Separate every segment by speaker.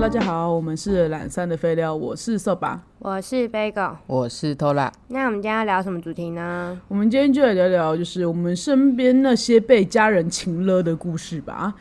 Speaker 1: 大家好，我们是懒散的废料，我是瘦吧。
Speaker 2: 我是 Bagel。
Speaker 3: 我是 偷懒，
Speaker 2: 那我们今天要聊什么主题呢？
Speaker 1: 我们今天就来聊聊，就是我们身边那些被家人情勒的故事吧。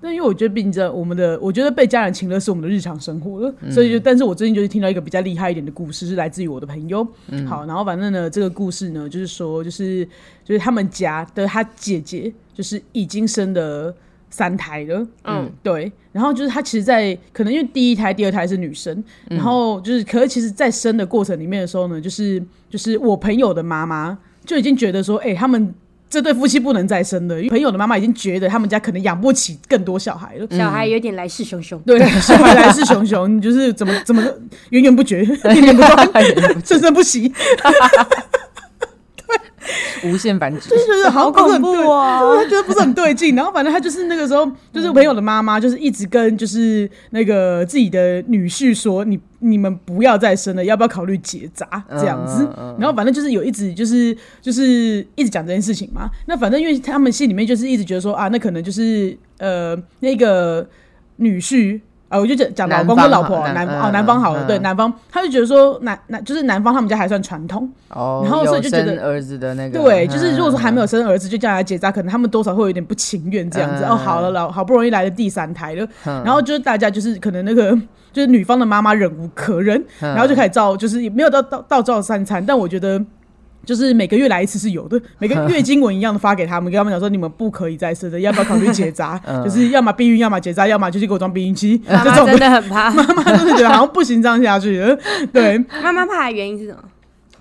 Speaker 1: 那因为我觉得，毕竟在我们的，我觉得被家人情勒是我们的日常生活了，所以就，但是我最近就是听到一个比较厉害一点的故事，是来自于我的朋友。好，然后反正呢，这个故事呢，就是说，就是就是他们家的他姐姐，就是已经生了三胎了，嗯，对。然后就是他其实在，可能因为第一胎、第二胎是女生，然后就是，可是其实，在生的过程里面的时候呢，就是就是我朋友的妈妈就已经觉得说，哎、他们这对夫妻不能再生了，因为朋友的妈妈已经觉得他们家可能养不起更多小孩了。
Speaker 2: 小孩有点来势汹汹。
Speaker 1: 对，小孩来势汹汹，你就是怎么怎么源源不 绝，念念不断，生生不息，
Speaker 3: 无限繁殖。
Speaker 1: 就觉得好像不是很
Speaker 2: 好恐
Speaker 1: 对，
Speaker 2: 怖哦
Speaker 1: 就是觉得不是很对劲。然后反正他就是那个时候，就是
Speaker 3: 嗯
Speaker 1: 我朋友的妈妈，就是一直跟就是那个自己的女婿说，你你们不要再生了，要不要考虑结扎这样子？
Speaker 3: 嗯嗯嗯
Speaker 1: 然后反正就是有一直就是就是一直讲这件事情嘛。那反正因为他们心里面就是一直觉得说啊，那可能就是呃那个女婿。啊，我就讲讲老公跟
Speaker 3: 男方
Speaker 1: 老婆，
Speaker 3: 好
Speaker 1: 男
Speaker 3: 男
Speaker 1: 哦
Speaker 3: 嗯
Speaker 1: 男方好了，
Speaker 3: 嗯
Speaker 1: 对男方，他就觉得说男男就是男方他们家还算传统，
Speaker 3: 哦，
Speaker 1: 然后所以就觉得
Speaker 3: 有生儿子的那个，
Speaker 1: 对，就是如果说还没有
Speaker 3: 嗯，
Speaker 1: 生儿子，就叫他结扎，可能他们多少会有点不情愿这样子。
Speaker 3: 嗯
Speaker 1: 哦，好了，老好不容易来了第三胎了，
Speaker 3: 嗯
Speaker 1: 然后就是大家就是可能那个 就是女方的妈妈忍无可忍，
Speaker 3: 嗯
Speaker 1: 然后就开始照，就是也没有到到到照三餐，但我觉得。就是每个月来一次是有的， 每个月经文一样的发给他们，跟他们讲说你们不可以再生的，要不要考虑结扎？
Speaker 3: 嗯
Speaker 1: 就是要么避孕，要么结扎，要么就是给我装避孕 期。
Speaker 2: 妈
Speaker 1: 这
Speaker 2: 妈
Speaker 1: 种
Speaker 2: 真的很 怕。
Speaker 1: 妈妈就是觉得好像不行这样下去了。对，
Speaker 2: 妈妈怕的原因是什么？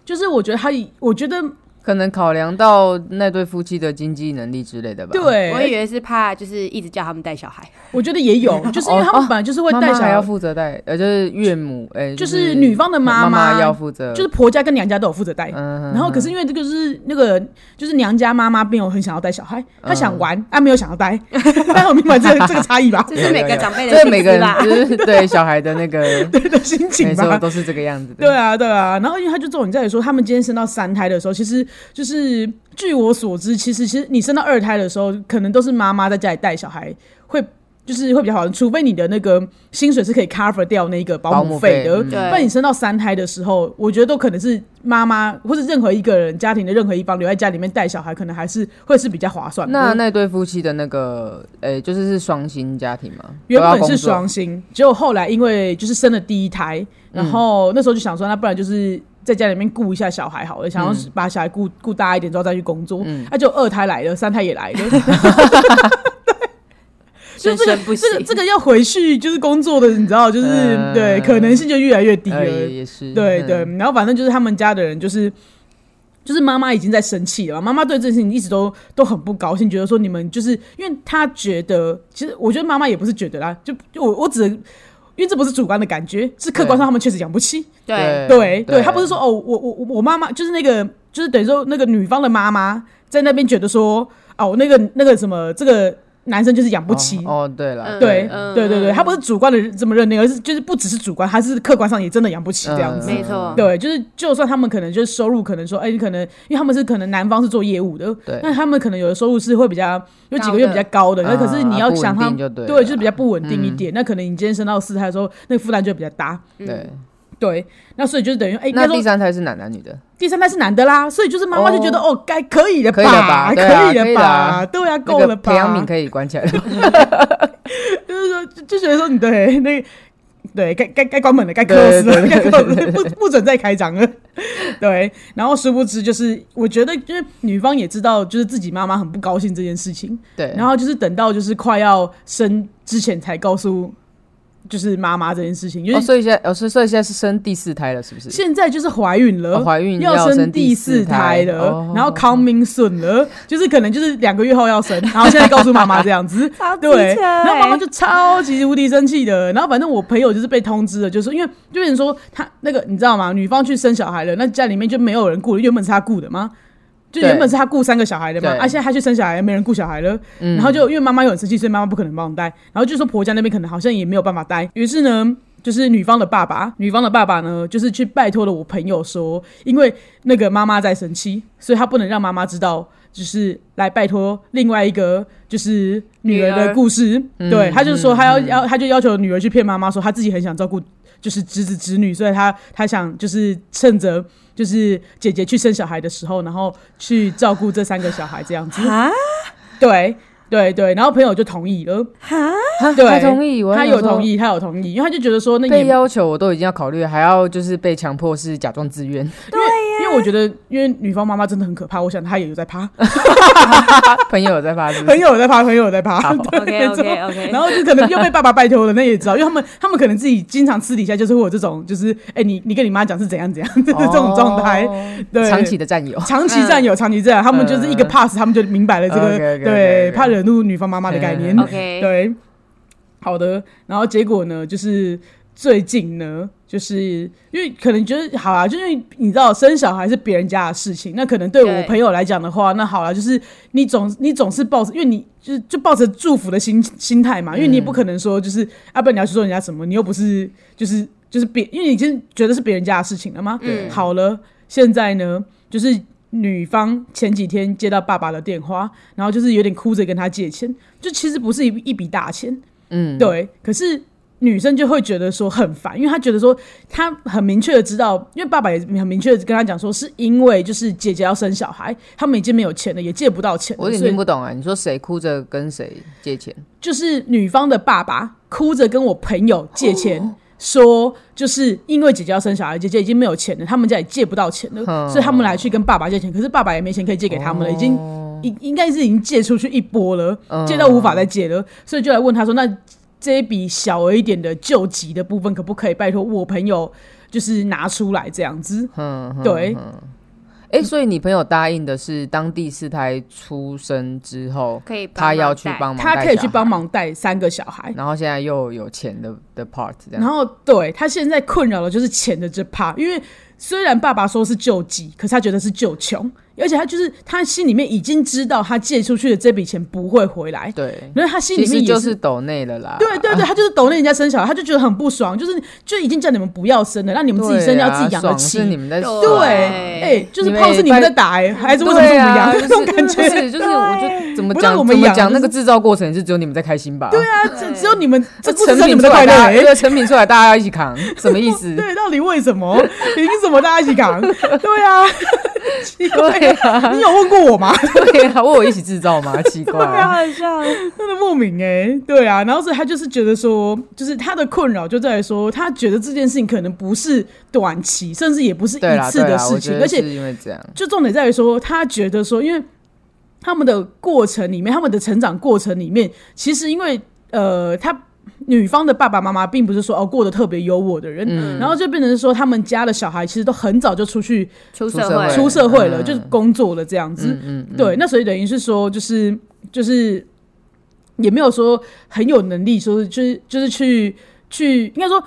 Speaker 1: 就是我觉得他，我觉得
Speaker 3: 可能考量到那对夫妻的经济能力之类的吧。，
Speaker 1: 对，
Speaker 2: 我以为是怕，就是一直叫他们带小孩。
Speaker 1: 我觉得也 有，就是因为他们本来就是会
Speaker 3: 哦妈
Speaker 1: 带
Speaker 3: 妈
Speaker 1: 小
Speaker 3: 还
Speaker 1: 孩
Speaker 3: 要，负责带，呃，就是岳母，哎，
Speaker 1: 就是女方的妈
Speaker 3: 妈
Speaker 1: 妈
Speaker 3: 要负责，
Speaker 1: 就是婆家跟娘家都有负责带。
Speaker 3: 嗯，
Speaker 1: 然后可是因为这个是那个就是娘家妈妈没有很想要带小孩，她想
Speaker 3: 嗯
Speaker 1: 玩，她没有想要 带，大家有明白这个这个差异吧？
Speaker 2: 这 是每个长辈的
Speaker 3: 这
Speaker 2: 性
Speaker 3: 每个
Speaker 2: 格
Speaker 3: 人
Speaker 2: 吧？
Speaker 3: 就是对小孩的那个
Speaker 1: 对的心情
Speaker 3: 没错
Speaker 1: 吧。
Speaker 3: 都是这个样子
Speaker 1: 对
Speaker 3: 的。
Speaker 1: 啊，对啊。然后因为他就重点在于说，他们今天生到三胎的时候，其实就是据我所知，其实其实你生到二胎的时候，可能都是妈妈在家里带小孩会。就是会比较好，除非你的那个薪水是可以 cover 掉那个保
Speaker 3: 保
Speaker 1: 姆
Speaker 3: 姆
Speaker 1: 费
Speaker 3: 费
Speaker 1: 的，
Speaker 3: 嗯
Speaker 1: 不然你生到三胎的时候，我觉得都可能是妈妈或是任何一个人家庭的任何一方留在家里面带小孩，可能还是会是比较划算的。
Speaker 3: 那那对夫妻的那个，哎，就是是双薪家庭嘛，
Speaker 1: 原
Speaker 3: 都要
Speaker 1: 本
Speaker 3: 工
Speaker 1: 是
Speaker 3: 作
Speaker 1: 双薪，结果后来因为就是生了第一胎，然后那时候就想说，那不然就是在家里面顾一下小孩好了，想要把小孩顾顾大一点之后再去工作。那、就二胎来了，三胎也来了， 就
Speaker 2: 生
Speaker 1: 这个
Speaker 2: 生不息
Speaker 1: 这。个这个要回去就是工作的，你知道，就是、
Speaker 3: 嗯
Speaker 1: 对可能性就越来越低了。
Speaker 3: 呃也也是，
Speaker 1: 对
Speaker 3: 嗯
Speaker 1: 对，，然后反正就是他们家的人就是。就是妈妈已经在生气了嘛，妈妈对这件事情一直都都很不高兴，觉得说你们就是因为她觉得，其实我觉得妈妈也不是觉得啦，就就我我只因为这不是主观的感觉，是客观上他们确实养不起。
Speaker 2: 对，
Speaker 1: 对对，她不是说哦，我我我我妈妈就是那个就是等于说那个女方的妈妈在那边觉得说哦那个那个什么这个男生就是养不起，
Speaker 3: 哦，哦对了，
Speaker 2: 嗯
Speaker 1: 对、
Speaker 2: 嗯
Speaker 1: 对对对，
Speaker 2: 嗯
Speaker 1: 她不是主观的这么认定，而是就是不只是主观，她是客观上也真的养不起这样子。
Speaker 2: 嗯没错
Speaker 1: 对，就是就算他们可能就是收入，可能说，哎、你可能因为他们是可能男方是做业务的，
Speaker 3: 对
Speaker 1: 那他们可能有的收入是会比较有几个月比较高的，
Speaker 3: 高
Speaker 1: 那
Speaker 3: 的
Speaker 1: 可是你
Speaker 3: 啊
Speaker 1: 要
Speaker 3: 不稳
Speaker 1: 想他，
Speaker 3: 定就对了嗯
Speaker 1: 就是比较不稳定一点。那可能你今天升到四胎的时候，那个负担就会比较大。
Speaker 2: 嗯
Speaker 3: 对。
Speaker 1: 对，那所以就是等于，哎、应该
Speaker 3: 那
Speaker 1: 说
Speaker 3: 第三胎是男男女的？
Speaker 1: 第三胎是男的啦，所以就是妈妈就觉得，哦，该、可以了吧，
Speaker 3: 可以了吧对啊
Speaker 1: 可以
Speaker 3: 可
Speaker 1: 了
Speaker 3: 以
Speaker 1: 吧，
Speaker 3: 啦
Speaker 1: 对啊，
Speaker 3: 那
Speaker 1: 够
Speaker 3: 个
Speaker 1: 了吧，
Speaker 3: 培养皿可以关起来了。
Speaker 1: 就是说就就觉得说你对 那个对该该该关门了，该 close 了，
Speaker 3: 对
Speaker 1: 该
Speaker 3: 对
Speaker 1: close 了不不准再开张了。 对，然后殊不知就是我觉得就是女方也知道就是自己妈妈很不高兴这件事情，
Speaker 3: 对，
Speaker 1: 然后就是等到就是快要生之前才告诉就是妈妈这件事情，因为
Speaker 3: 哦，所以现在，哦，所以所以现在是生第四胎了，是不是？
Speaker 1: 现在就是怀孕了，
Speaker 3: 哦怀孕
Speaker 1: 要
Speaker 3: 要生
Speaker 1: 生第
Speaker 3: 第
Speaker 1: 四
Speaker 3: 四
Speaker 1: 胎
Speaker 3: 胎
Speaker 1: 了，
Speaker 3: 哦
Speaker 1: 然后 coming soon 了，就是可能就是两个月后要生，然后现在告诉妈妈这样子
Speaker 2: 超，级
Speaker 1: 对，
Speaker 2: 扯
Speaker 1: 然后妈妈
Speaker 2: 欸
Speaker 1: 就超级无敌生气的，然后反正我朋友就是被通知了，就是因为就有人说他那个你知道吗？女方去生小孩了，那家里面就没有人顾了，原本是她顾的吗？就
Speaker 3: 对
Speaker 1: 原本是她顾三个小孩的嘛，
Speaker 3: 对
Speaker 1: 啊，现在她去生小孩，没人顾小孩了，
Speaker 3: 嗯
Speaker 1: 然后就因为妈妈有很生气，所以妈妈不可能帮我带。然后就说婆家那边可能好像也没有办法带，于是呢，就是女方的爸爸，女方的爸爸呢，就是去拜托了我朋友说，因为那个妈妈在生气，所以他不能让妈妈知道就是来拜托另外一个就是女儿
Speaker 2: 女
Speaker 1: 的
Speaker 2: 儿
Speaker 1: 故事。对，他就说他要要，他就要求女儿去骗妈妈说他自己很想照顾就是侄子侄女，所以他他想就是趁着就是姐姐去生小孩的时候，然后去照顾这三个小孩这样子。
Speaker 2: 啊
Speaker 1: 对对对，然后朋友就同意了，
Speaker 2: 哈，
Speaker 3: 啊
Speaker 1: 对
Speaker 3: 他同意，我还
Speaker 1: 他
Speaker 3: 想
Speaker 1: 有
Speaker 3: 说
Speaker 1: 同。意，他有同意，因为他就觉得说那也
Speaker 3: 被要求我都已经要考虑，还要就是被强迫是假装自 愿，
Speaker 1: 因为我觉得因为女方妈妈真的很可怕，我想她也有在怕，
Speaker 3: 朋友有在发是不
Speaker 1: 朋
Speaker 3: 是？
Speaker 1: 友有在怕，朋友有在怕
Speaker 3: 好。
Speaker 1: 对
Speaker 2: OK，OK，
Speaker 1: 没错
Speaker 2: OK
Speaker 1: 然后就可能又被爸爸拜托了，那也知道，因为他们他们可能自己经常私底下就是会有这种，就是哎、你你跟你妈讲是怎样怎样，就是这种状态。
Speaker 3: 哦
Speaker 1: 对，
Speaker 3: 长期的占有，
Speaker 1: 长期占有，长期占有，他们就是一个
Speaker 3: 嗯
Speaker 1: pass，他们就明白了这个
Speaker 3: OK，OK，OK，OK
Speaker 1: 对怕惹怒女方妈妈的概念。
Speaker 3: 嗯
Speaker 2: OK，
Speaker 1: 对，好的。然后结果呢，就是最近呢，就是因为可能觉得好啊，就因为你知道生小孩是别人家的事情，那可能对我
Speaker 2: 对
Speaker 1: 朋友来讲的话，那好了，就是你总你总是抱着，因为你就是就抱着祝福的心心态嘛，因为你也不可能说就是，要、啊不然你要去说人家什么，你又不是就是就是别，因为你已经觉得是别人家的事情了嘛。
Speaker 2: 嗯
Speaker 1: 好了，现在呢，就是女方前几天接到爸爸的电话，然后就是有点哭着跟他借钱，就其实不是一一笔大钱，
Speaker 3: 嗯，
Speaker 1: 对，可是。女生就会觉得说很烦，因为她觉得说她很明确的知道，因为爸爸也很明确的跟她讲说，是因为就是姐姐要生小孩，他们已经没有钱了，也借不到钱了，
Speaker 3: 我有点
Speaker 1: 所以
Speaker 3: 听不懂哎，你说谁哭着跟谁借钱？
Speaker 1: 就是女方的爸爸哭着跟我朋友借钱。
Speaker 3: 哦
Speaker 1: 说，就是因为姐姐要生小孩，姐姐已经没有钱了，他们家也借不到钱了，
Speaker 3: 哦
Speaker 1: 所以他们来去跟爸爸借钱，可是爸爸也没钱可以借给他们了，已经
Speaker 3: 哦
Speaker 1: 应应该是已经借出去一波了，
Speaker 3: 嗯
Speaker 1: 借到无法再借了，所以就来问他说，那这一笔小额一点的救急的部分，可不可以拜托我朋友就是拿出来这样子？
Speaker 3: 嗯，哼
Speaker 1: 对，
Speaker 3: 哎、所以你朋友答应的是当第四胎出生之后，
Speaker 2: 可以帮忙
Speaker 3: 他要去
Speaker 2: 带
Speaker 3: 帮忙，
Speaker 1: 他可以去帮，忙带三个小孩，
Speaker 3: 然后现在又有钱的的 part 这
Speaker 1: 然
Speaker 3: 样，
Speaker 1: 后对他现在困扰的就是钱的这趴，因为虽然爸爸说是救急，可是他觉得是救穷，而且他就是他心里面已经知道他借出去的这笔钱不会回来，
Speaker 3: 对，
Speaker 1: 然后他心
Speaker 3: 其
Speaker 1: 里
Speaker 3: 实
Speaker 1: 面也
Speaker 3: 就是啊抖内了啦，
Speaker 1: 对对对，他就是抖那人家生小孩，他就觉得很不爽，就是就已经叫你们不要生了，让你们
Speaker 3: 对啊，
Speaker 1: 自己生，要自己养得
Speaker 3: 爽啊是你
Speaker 1: 起。
Speaker 3: 们在
Speaker 2: 对
Speaker 1: 对，
Speaker 3: 爽
Speaker 1: 哎、就是
Speaker 3: 你们
Speaker 1: 炮是你们
Speaker 3: 也
Speaker 1: 在打、哎，孩子为什么是
Speaker 3: 对
Speaker 1: 不一
Speaker 3: 啊，
Speaker 1: 样？
Speaker 3: 就
Speaker 1: 这
Speaker 3: 是
Speaker 1: 种感
Speaker 3: 不
Speaker 1: 觉，
Speaker 3: 是就是，我就怎么
Speaker 1: 不让
Speaker 3: 讲
Speaker 1: 我
Speaker 3: 怎
Speaker 1: 们
Speaker 3: 么
Speaker 1: 养
Speaker 3: 讲那
Speaker 1: 就
Speaker 3: 个制造过程是只有你们在开心吧？对啊，
Speaker 1: 这 只有你们，这不是
Speaker 3: 成
Speaker 1: 只有你
Speaker 3: 品
Speaker 1: 们
Speaker 3: 出
Speaker 1: 的快乐、
Speaker 3: 来大
Speaker 1: 哎
Speaker 3: 家，对，成品出来大家要一 起扛，什么意思？
Speaker 1: 对，到底为什么？ 凭什么大家一起 扛？对啊，奇 怪，
Speaker 3: 对啊，
Speaker 1: 你有问过我吗？
Speaker 3: 对啊，我有一起制造吗？奇怪。
Speaker 2: 好笑，
Speaker 1: 真的莫名哎、对啊，然后所以他就是觉得说，就是他的困扰就在于说，他觉得这件事情可能不是短期，甚至也不是
Speaker 3: 对
Speaker 1: 啊一
Speaker 3: 啦，
Speaker 1: 次
Speaker 3: 对
Speaker 1: 的
Speaker 3: 啦，我
Speaker 1: 事
Speaker 3: 觉
Speaker 1: 情，
Speaker 3: 得
Speaker 1: 而且
Speaker 3: 是因为这样，
Speaker 1: 就重点在于说，他觉得说，因为他们的过程里面，他们的成长过程里面，其实因为呃，他女方的爸爸妈妈并不是说哦过得特别优渥的人，
Speaker 3: 嗯
Speaker 1: 然后就变成是说他们家的小孩其实都很早就出去
Speaker 2: 出
Speaker 3: 出
Speaker 2: 社
Speaker 3: 社
Speaker 2: 会
Speaker 3: 会
Speaker 1: 出社会了，
Speaker 3: 嗯
Speaker 1: 就是工作了这样子。
Speaker 3: 嗯嗯，
Speaker 1: 对，那所以等于是说，就是就是也没有说很有能力说，就是就是去去，应该说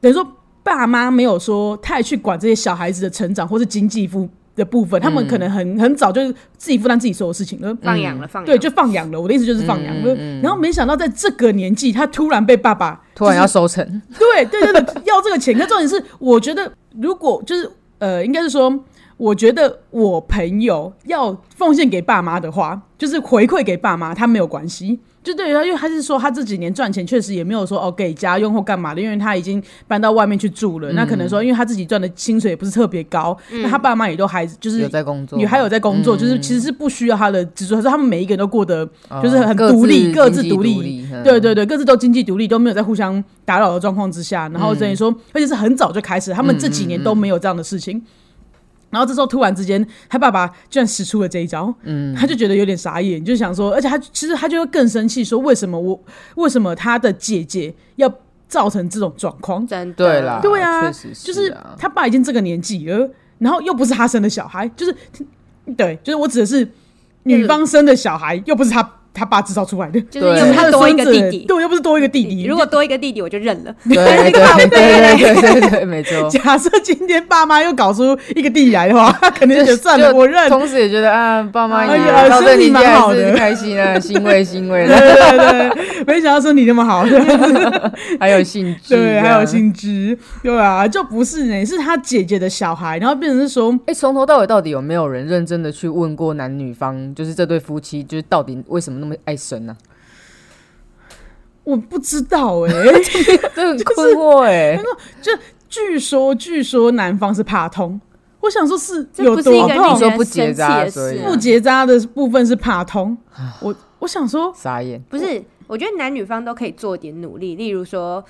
Speaker 1: 等于说爸妈没有说太去管这些小孩子的成长或是经济负的部
Speaker 3: 嗯
Speaker 1: 分，他们可能很很早就自己负担自己所有事情了。
Speaker 2: 放养了，放
Speaker 1: 嗯
Speaker 2: 养
Speaker 1: 对，就放养了。我的意思就是放养
Speaker 3: 嗯
Speaker 1: 了。然后没想到在这个年纪，他突然被爸爸
Speaker 3: 突然
Speaker 1: 就是
Speaker 3: 要收成，
Speaker 1: 对对对对，要这个钱。可重点是，我觉得如果就是呃，应该是说，我觉得我朋友要奉献给爸妈的话，就是回馈给爸妈，他没有关系。就对于他，因为他是说他这几年赚钱确实也没有说哦给家用或干嘛的，因为他已经搬到外面去住了。那可能说，因为他自己赚的薪水也不是特别高，那他爸妈也都还就是
Speaker 3: 有在工作吗，
Speaker 1: 也嗯还有在工作，就是其实是不需要他的资助，可是他们每一个人都过得就是很
Speaker 3: 哦各
Speaker 1: 独立，
Speaker 3: 自
Speaker 1: 各
Speaker 3: 经
Speaker 1: 自
Speaker 3: 济
Speaker 1: 独
Speaker 3: 独
Speaker 1: 立
Speaker 3: 立嗯，
Speaker 1: 对对对，各自都经济独立，都没有在互相打扰的状况之下，然后等于说，而且是很早就开始，他们这几年都没有这样的事情。然后这时候突然之间，他爸爸居然使出了这一招，嗯，他就觉得有点傻眼，就想说，而且他其实他就会更生气，说为什么我为什么他的姐姐要造成这种状况？
Speaker 2: 真的
Speaker 3: 对啦，
Speaker 1: 对啊
Speaker 3: 确实
Speaker 1: 就是是
Speaker 3: 啊
Speaker 1: 他爸已经这个年纪了，然后又不是他生的小孩，就是对，就是我指的是女方生的小孩，又不是他他爸制造出来的。
Speaker 2: 就是又不
Speaker 1: 他的
Speaker 2: 是多一
Speaker 1: 孙
Speaker 2: 个
Speaker 1: 子
Speaker 2: 弟弟，
Speaker 1: 对，又不是多一个弟弟。
Speaker 2: 如果多一个弟弟，我就认了。
Speaker 3: 对对对对对对对，没错。
Speaker 1: 假设今天爸妈又搞出一个弟弟来的话， 他肯定 就算了，
Speaker 3: 就
Speaker 1: 我认。
Speaker 3: 同时也觉得啊，爸妈
Speaker 1: 哎
Speaker 3: 也
Speaker 1: 呀
Speaker 3: 到这
Speaker 1: 身体
Speaker 3: 年纪
Speaker 1: 蛮好
Speaker 3: 还
Speaker 1: 的
Speaker 3: 是开 心啊，欣慰欣慰
Speaker 1: 对
Speaker 3: 的，
Speaker 1: 对对，对没想到身体那么好，
Speaker 3: 还有兴致，
Speaker 1: 对，还有。心知，对啊，就不是呢，是他姐姐的小孩，然后变成是说，
Speaker 3: 哎，从头到尾到底有没有人认真的去问过男女方，就是这对夫妻，就是到底为什么那么爱生啊呢、
Speaker 1: 我不知道哎、
Speaker 3: 啊？ 这很困惑哎、
Speaker 1: 据说据说男方是怕痛，我想说是
Speaker 2: 这
Speaker 1: 有
Speaker 2: 不是一
Speaker 1: 多
Speaker 2: 个
Speaker 3: 你
Speaker 1: 痛
Speaker 2: 令
Speaker 3: 说，
Speaker 2: 人
Speaker 3: 不结
Speaker 2: 生气
Speaker 3: 扎
Speaker 2: 的
Speaker 3: 所以
Speaker 2: 事啊，
Speaker 1: 不结扎的部分是怕痛，我我想说，
Speaker 3: 傻眼，
Speaker 2: 不是，我觉得男女方都可以做点努力，例如说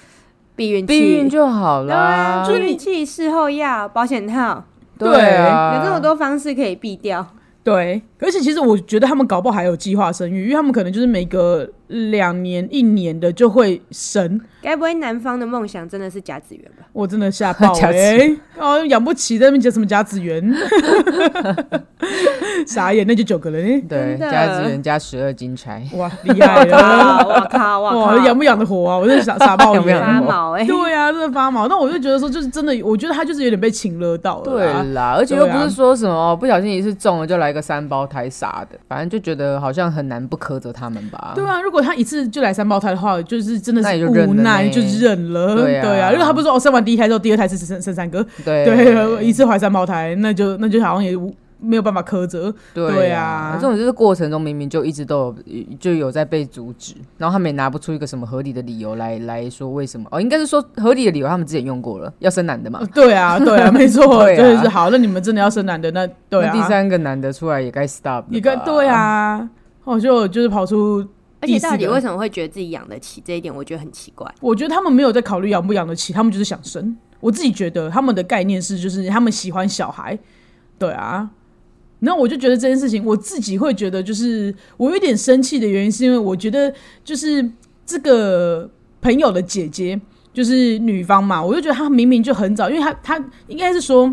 Speaker 2: 避孕器，
Speaker 3: 避孕就好
Speaker 2: 对啊
Speaker 3: 啦。
Speaker 2: 避孕器、事后药、保险套，
Speaker 3: 对啊，
Speaker 2: 有这么多方式可以避掉。
Speaker 1: 对，而且其实我觉得他们搞不好还有计划生育，因为他们可能就是每隔两年一年的就会生，
Speaker 2: 该不会男方的梦想真的是甲子园吧？
Speaker 1: 我真的吓爆
Speaker 3: 甲子
Speaker 1: 哎、哦养不起在那边讲什么甲子园， 傻眼，那就九个人、欸，
Speaker 3: 对，
Speaker 2: 真的
Speaker 3: 加资源加十二金钗，
Speaker 1: 哇厉害 了，
Speaker 2: 我靠，我
Speaker 1: 啊哇
Speaker 2: 靠，
Speaker 1: 养不养得活啊，我真的傻傻爆
Speaker 3: 养不养
Speaker 1: 眼
Speaker 3: 得。
Speaker 2: 发 毛哎、
Speaker 1: 对啊，真的发毛。那我就觉得说，就是真的，我觉得他就是有点被情勒到了
Speaker 3: 对
Speaker 1: 啦。
Speaker 3: 啦，而且
Speaker 1: 对
Speaker 3: 又
Speaker 1: 啊
Speaker 3: 不是说什么、哦不小心一次中了就来个三胞胎啥的，反正就觉得好像很难不苛责他们吧。
Speaker 1: 对啊，如果他一次就来三胞胎的话，就是真的
Speaker 3: 那
Speaker 1: 是
Speaker 3: 也就认
Speaker 1: 无
Speaker 3: 了
Speaker 1: 奈
Speaker 3: 呢
Speaker 1: 就认了。
Speaker 3: 对啊
Speaker 1: 因为他不是说哦，生完第一胎之后，第二胎是生生三个，
Speaker 3: 对
Speaker 1: 对，一次怀三胞胎，那就那就好像也无没有办法苛责。对
Speaker 3: 对
Speaker 1: 啊
Speaker 3: 这种就是过程中明明就一直都有就有在被阻止，然后他们也拿不出一个什么合理的理由来来说为什么哦，应该是说合理的理由他们之前用过了，要生男的嘛
Speaker 1: 呃。对啊，对啊，没错，
Speaker 3: 对啊
Speaker 1: 就是好。那你们真的要生男的，那对
Speaker 3: 那第
Speaker 1: 啊，
Speaker 3: 三个男的出来也该 stop，
Speaker 1: 一个对，啊，我就就是跑出。
Speaker 2: 而
Speaker 1: 第
Speaker 2: 且
Speaker 1: 四个
Speaker 2: 到底为什么会觉得自己养得起这一点，我觉得很奇怪。
Speaker 1: 我觉得他们没有在考虑养不养得起，他们就是想生。我自己觉得他们的概念是，就是他们喜欢小孩，对啊。那我就觉得这件事情，我自己会觉得，就是我有点生气的原因，是因为我觉得就是这个朋友的姐姐，就是女方嘛，我就觉得她明明就很早，因为她她应该是说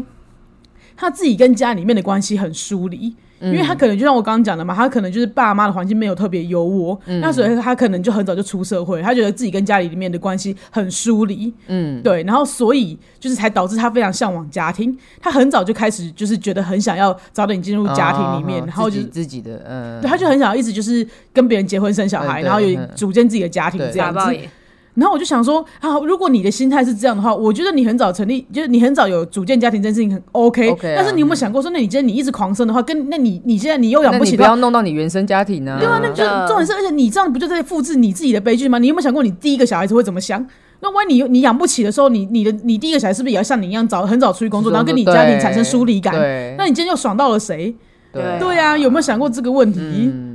Speaker 1: 她自己跟家里面的关系很疏离，因为她可能就像我刚刚讲的嘛，她可能就是爸妈的环境没有特别优渥，那所以她可能就很早就出社会，她觉得自己跟家里面的关系很疏离，嗯，对，然后所以就是才导致她非常向往家庭，她很早就开始就是觉得很想要早点进入家庭里面，
Speaker 3: 啊
Speaker 1: 然后
Speaker 3: 自
Speaker 1: 就
Speaker 3: 己
Speaker 1: 是。
Speaker 3: 自己的嗯，
Speaker 1: 对，她就很想要一直就是跟别人结婚生小孩，
Speaker 3: 嗯对
Speaker 1: 然后有
Speaker 3: 嗯
Speaker 1: 组建自己的家庭
Speaker 3: 对
Speaker 1: 这
Speaker 2: 傻
Speaker 1: 样子
Speaker 2: 爆。眼，
Speaker 1: 然后我就想说，啊，如果你的心态是这样的话，我觉得你很早成立，就是你很早有组建家庭这件事情很 OK,
Speaker 3: OK 啊
Speaker 1: 但是你有没有想过说，那你今天你一直狂生的话，跟那你你现在你又养
Speaker 3: 那
Speaker 1: 不
Speaker 3: 你
Speaker 1: 起
Speaker 3: 不
Speaker 1: 的话，
Speaker 3: 要弄到你原生家庭啊。
Speaker 1: 对啊，那就
Speaker 2: 嗯
Speaker 1: 重点是，而且你这样不就在复制你自己的悲剧吗？你有没有想过你第一个小孩子会怎么想？那万一你你养不起的时候，你你的你第一个小孩是不是也要像你一样早很早出去工作，然后跟你家庭产生疏离感？
Speaker 3: 对，
Speaker 1: 那你今天又爽到了谁？
Speaker 2: 对啊
Speaker 1: 对啊，有没有想过这个问题？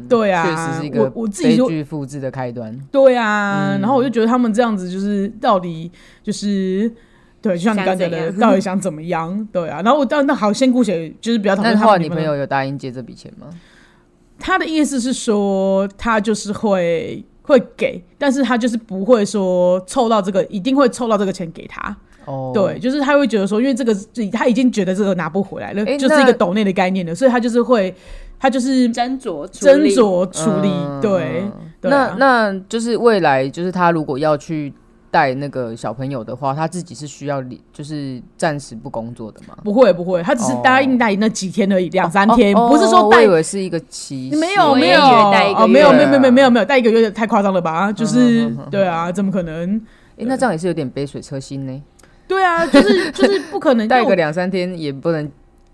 Speaker 1: 对
Speaker 3: 嗯确
Speaker 1: 啊
Speaker 3: 实是一，个
Speaker 1: 我我自己
Speaker 3: 悲
Speaker 1: 就
Speaker 3: 剧嗯复制的开端。
Speaker 1: 对啊，然后我就觉得他们这样子就是到底就是对，就像你
Speaker 2: 想
Speaker 1: 刚讲
Speaker 2: 怎
Speaker 1: 的，
Speaker 2: 样
Speaker 1: 到底想怎么样？ 对啊，然后我当那好，先姑且就是不要讨
Speaker 3: 那
Speaker 1: 论他
Speaker 3: 后来
Speaker 1: 们
Speaker 3: 你
Speaker 1: 女朋
Speaker 3: 朋
Speaker 1: 友。
Speaker 3: 友有答应借这笔钱吗？
Speaker 1: 他的意思是说，他就是会会给，但是他就是不会说凑到这个，一定会凑到这个钱给他。
Speaker 3: 哦，
Speaker 1: 对，，就是他会觉得说，因为这个他已经觉得这个拿不回来了，
Speaker 3: 诶
Speaker 1: 就是一个
Speaker 3: 那
Speaker 1: 抖内的概念了，所以他就是会，他就是
Speaker 2: 斟酌
Speaker 1: 斟酌处理。
Speaker 3: 嗯
Speaker 1: 对，对
Speaker 3: 那
Speaker 1: 啊
Speaker 3: 那就是未来，就是他如果要去带那个小朋友的话，他自己是需要离，就是暂时不工作的嘛，
Speaker 1: 不会不会，他只是答应带那几天而已，两三
Speaker 3: 哦
Speaker 1: 天，
Speaker 3: 哦
Speaker 1: 不是说
Speaker 3: 我
Speaker 1: 带
Speaker 3: 以为是一个期限，
Speaker 1: 没有
Speaker 2: 我
Speaker 1: 没
Speaker 2: 也
Speaker 1: 有
Speaker 2: 以为带一个
Speaker 1: 哦，没有
Speaker 3: 月
Speaker 1: 没有
Speaker 3: 啊嗯
Speaker 1: 没有没有没有带一个月太夸张了吧？就是对啊，怎么可能？
Speaker 3: 诶那这样也是有点杯水车薪呢，
Speaker 1: 对啊，就是 就是不可能
Speaker 3: 带
Speaker 1: 因为
Speaker 3: 个
Speaker 1: 我
Speaker 3: 两三天也不能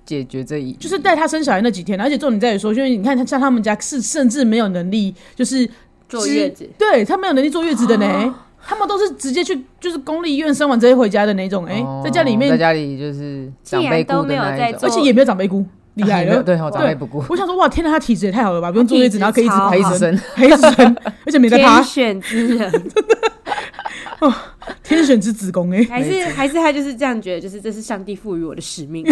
Speaker 3: 解决这一，
Speaker 1: 就是带他生小孩那几天，而且重点在于说，因为你看他像他们家是甚至没有能力，就是
Speaker 2: 坐月子，
Speaker 1: 对他没有能力坐月子的
Speaker 3: 哦
Speaker 1: 呢，他们都是直接去就是公立医院生完直接回家的那种，哎
Speaker 3: 哦，
Speaker 1: 在家里
Speaker 3: 在
Speaker 1: 面，
Speaker 3: 家里就是
Speaker 2: 既
Speaker 3: 长
Speaker 2: 然
Speaker 3: 辈顾
Speaker 2: 都
Speaker 3: 的
Speaker 2: 没有
Speaker 3: 那一
Speaker 2: 在
Speaker 3: 种
Speaker 1: 而
Speaker 2: 做，
Speaker 1: 且也没有长辈 姑，厉害
Speaker 3: 啊也没有
Speaker 1: 了。
Speaker 3: 对哦，
Speaker 1: 对
Speaker 3: 长辈 不顾，
Speaker 1: 我想说，哇，天哪，他体质也太好了吧，不用坐月子，
Speaker 2: 体质
Speaker 1: 然后可以一直
Speaker 2: 超
Speaker 1: 爬
Speaker 2: 好
Speaker 1: 一
Speaker 3: 一
Speaker 1: 直
Speaker 3: 直
Speaker 1: 生，
Speaker 3: 生，
Speaker 1: 还一直生， 而且没在
Speaker 2: 天
Speaker 1: 爬，
Speaker 2: 选 之人，
Speaker 1: 天选之子宫哎，
Speaker 2: 还是还是他就是这样觉得，就是这是上帝赋予我的使命。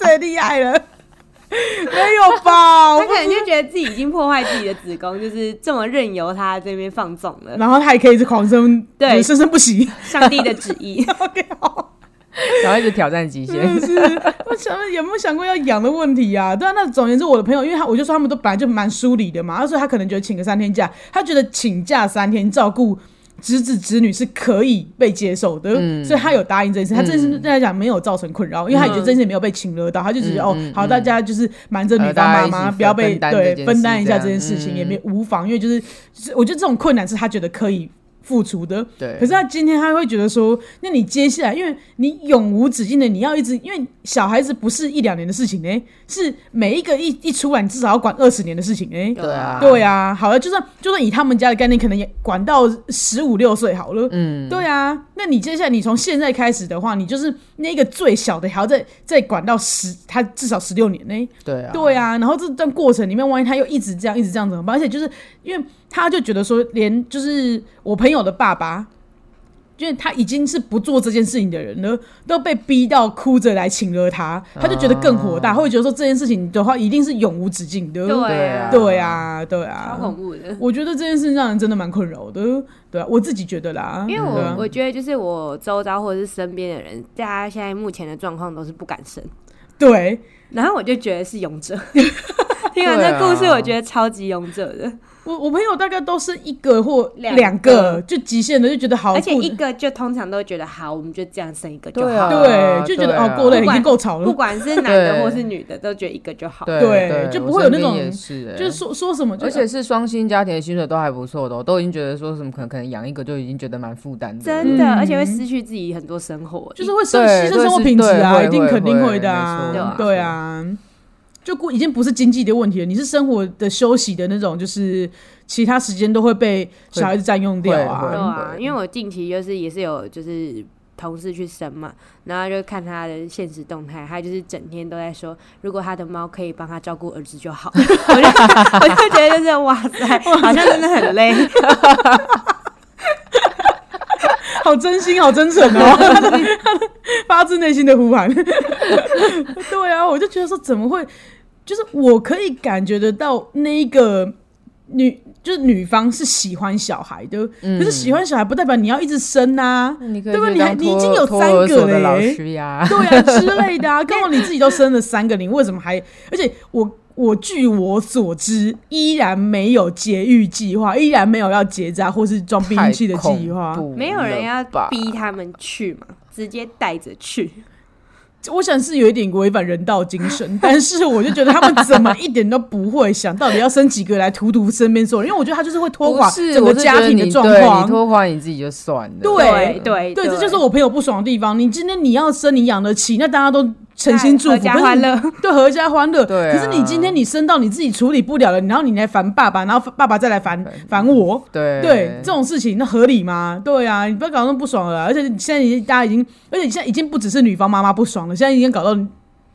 Speaker 1: 太厉害了， 没有吧？我
Speaker 2: 他
Speaker 1: 不
Speaker 2: 可能就觉得自己已经破坏自己的子宫，就是这么任由他这边放 纵了。
Speaker 1: 然后他还可以一直狂生，
Speaker 2: 对
Speaker 1: 就是生生不息。
Speaker 2: 上帝的旨意，
Speaker 1: OK，好，
Speaker 3: 然后一直挑战极限。
Speaker 1: 真的是，我想有没有想过要养的问题呀、对啊，那总而言之，我的朋友，因为他我就说他们都本来就蛮疏离的嘛，所以他可能觉得请个三天假，他觉得请假三天照顾侄子侄女是可以被接受的，
Speaker 3: 嗯
Speaker 1: 所以他有答应这件事。他这件事对他来讲没有造成困扰，因为他也觉得这件事没有被请了到，他就只
Speaker 3: 嗯
Speaker 1: 是、哦，好，大家就是瞒着女
Speaker 3: 呃
Speaker 1: 方
Speaker 3: 大家
Speaker 1: 妈
Speaker 3: 一起
Speaker 1: 妈，
Speaker 3: 分
Speaker 1: 不要被
Speaker 3: 分担这件
Speaker 1: 对
Speaker 3: 事
Speaker 1: 分担一下
Speaker 3: 这样
Speaker 1: 这件
Speaker 3: 嗯
Speaker 1: 事情，也没无妨，因为就是就是我觉得这种困难是他觉得可以付出的，
Speaker 3: 对，
Speaker 1: 可是他今天他会觉得说，那你接下来，因为你永无止境的，你要一直，因为小孩子不是一两年的事情呢、是每一个一一出来，你至少要管二十年的事情呢、
Speaker 3: 对啊，
Speaker 1: 对啊，好了，就算就算以他们家的概念，可能也管到十五六岁好了。
Speaker 3: 嗯，
Speaker 1: 对啊，那你接下来你从现在开始的话，你就是那个最小的，还要再再管到十，他至少十六年呢、
Speaker 3: 对啊，
Speaker 1: 对啊，然后这段过程里面，万一他又一直这样，一直这样怎么办？而且就是因为他就觉得说，连就是我朋友的爸爸，因为他已经是不做这件事情的人了，都被逼到哭着来请了他，他就觉得更火大，
Speaker 3: 啊
Speaker 1: 他会觉得说这件事情的话一定是永无止境的。
Speaker 2: 对
Speaker 3: 啊嗯
Speaker 1: 对啊，对
Speaker 2: 超
Speaker 1: 啊，
Speaker 2: 恐怖的。
Speaker 1: 我觉得这件事情让人真的蛮困扰的，对啊，我自己觉得啦，
Speaker 2: 因为
Speaker 1: 对
Speaker 2: 我
Speaker 1: 啊
Speaker 2: 我觉得就是我周遭或者是身边的人，大家现在目前的状况都是不敢生，
Speaker 1: 对
Speaker 2: 然后我就觉得是勇者。 听完
Speaker 3: 啊
Speaker 2: 这故事，我觉得超级勇者的，
Speaker 1: 我我朋友大概都是一个或
Speaker 2: 两
Speaker 1: 两
Speaker 2: 个
Speaker 1: 个，就极限的就觉得好
Speaker 2: 而且
Speaker 1: 过
Speaker 2: 一个就通常都觉得好，我们就这样生一个就
Speaker 3: 对
Speaker 2: 好
Speaker 3: 啊，
Speaker 1: 对，就觉得
Speaker 3: 对啊
Speaker 1: 哦够累，
Speaker 2: 不
Speaker 1: 已
Speaker 2: 管
Speaker 1: 经够吵
Speaker 2: 不
Speaker 1: 了。
Speaker 2: 管是男的
Speaker 3: 对
Speaker 2: 或是女的，都觉得一个就好。
Speaker 3: 对
Speaker 1: 啊对
Speaker 3: 对，
Speaker 1: 就
Speaker 3: 我
Speaker 1: 不会有那
Speaker 3: 身边
Speaker 1: 种
Speaker 3: 也是，欸
Speaker 1: 就是。说说什么就，
Speaker 3: 而且是双薪家庭的薪水都还不错的哦、都已经觉得说什么可能可能养一个就已经觉得蛮负担的，
Speaker 2: 真的，
Speaker 1: 嗯
Speaker 2: 而且会失去自己很多生活，
Speaker 1: 就是会生
Speaker 3: 对
Speaker 1: 牺牲生活品质啊，
Speaker 3: 对
Speaker 1: 一定
Speaker 3: 会
Speaker 1: 肯定
Speaker 3: 会
Speaker 1: 会的
Speaker 3: 会
Speaker 2: 没
Speaker 1: 啊
Speaker 2: 错，
Speaker 1: 对啊，就过已经不是经济的问题了，你是生活的休息的那种，就是其他时间都会被小孩子占用掉
Speaker 3: 会
Speaker 2: 对
Speaker 1: 啊
Speaker 3: 会。
Speaker 2: 啊，因为我近期就是也是有就是同事去生嘛，然后就看他的现实动态，他就是整天都在说，如果他的猫可以帮他照顾儿子就 好，我就我就觉得就是哇塞，好像真的 很累，
Speaker 1: 好真心，好真诚哦，他的他的发自内心的呼喊。 对啊，我就觉得说怎么会，就是我可以感觉得到那一个女，就是女方是喜欢小孩的，可是喜欢小孩不代表你要一直生啊。
Speaker 3: 嗯你可以
Speaker 1: 对吧
Speaker 3: 去
Speaker 1: 你还
Speaker 3: 当
Speaker 1: 你
Speaker 3: 托
Speaker 1: 已经
Speaker 3: 儿
Speaker 1: 有
Speaker 3: 托
Speaker 1: 三
Speaker 3: 儿
Speaker 1: 个
Speaker 3: 所
Speaker 1: 了
Speaker 3: 的老
Speaker 1: 耶
Speaker 3: 师呀，
Speaker 1: 对啊之类的啊。刚好你自己都生了三个，你为什么还？而且我我据我所知，依然没有节育计划，依然没有要结扎或是装避 孕器的计划。
Speaker 2: 没有人要
Speaker 3: 吧？
Speaker 2: 逼他们去嘛，直接带着去，
Speaker 1: 我想是有一点违反人道精神， 但是我就觉得他们怎么一点都不会想到底要生几个来荼毒身边所有人，因为我觉得他就是会拖
Speaker 3: 不
Speaker 1: 垮
Speaker 3: 是，
Speaker 1: 整
Speaker 3: 我
Speaker 1: 个
Speaker 3: 是
Speaker 1: 家
Speaker 3: 觉得
Speaker 1: 庭的
Speaker 3: 你
Speaker 1: 状
Speaker 3: 对你
Speaker 1: 况。
Speaker 3: 拖垮你自己就算了，
Speaker 1: 对
Speaker 2: 对
Speaker 1: 对，这就是我朋友不爽的地方。你今天你要生，你养得起，那大家都诚心祝
Speaker 2: 合
Speaker 1: 福，
Speaker 2: 家
Speaker 1: 可是
Speaker 2: 欢
Speaker 1: 你
Speaker 2: 乐，
Speaker 1: 对，合家欢乐。
Speaker 3: 对啊
Speaker 1: 可是你今天你生到你自己处理不了了，然后你来烦爸爸，然后爸爸再来烦
Speaker 3: 对
Speaker 1: 烦我，
Speaker 3: 对
Speaker 1: 对这种事情，那合理吗？对啊，你不要搞那么不爽了啊。而且现在已经大家已经，而且现在已经不只是女方妈妈不爽了，现在已经搞到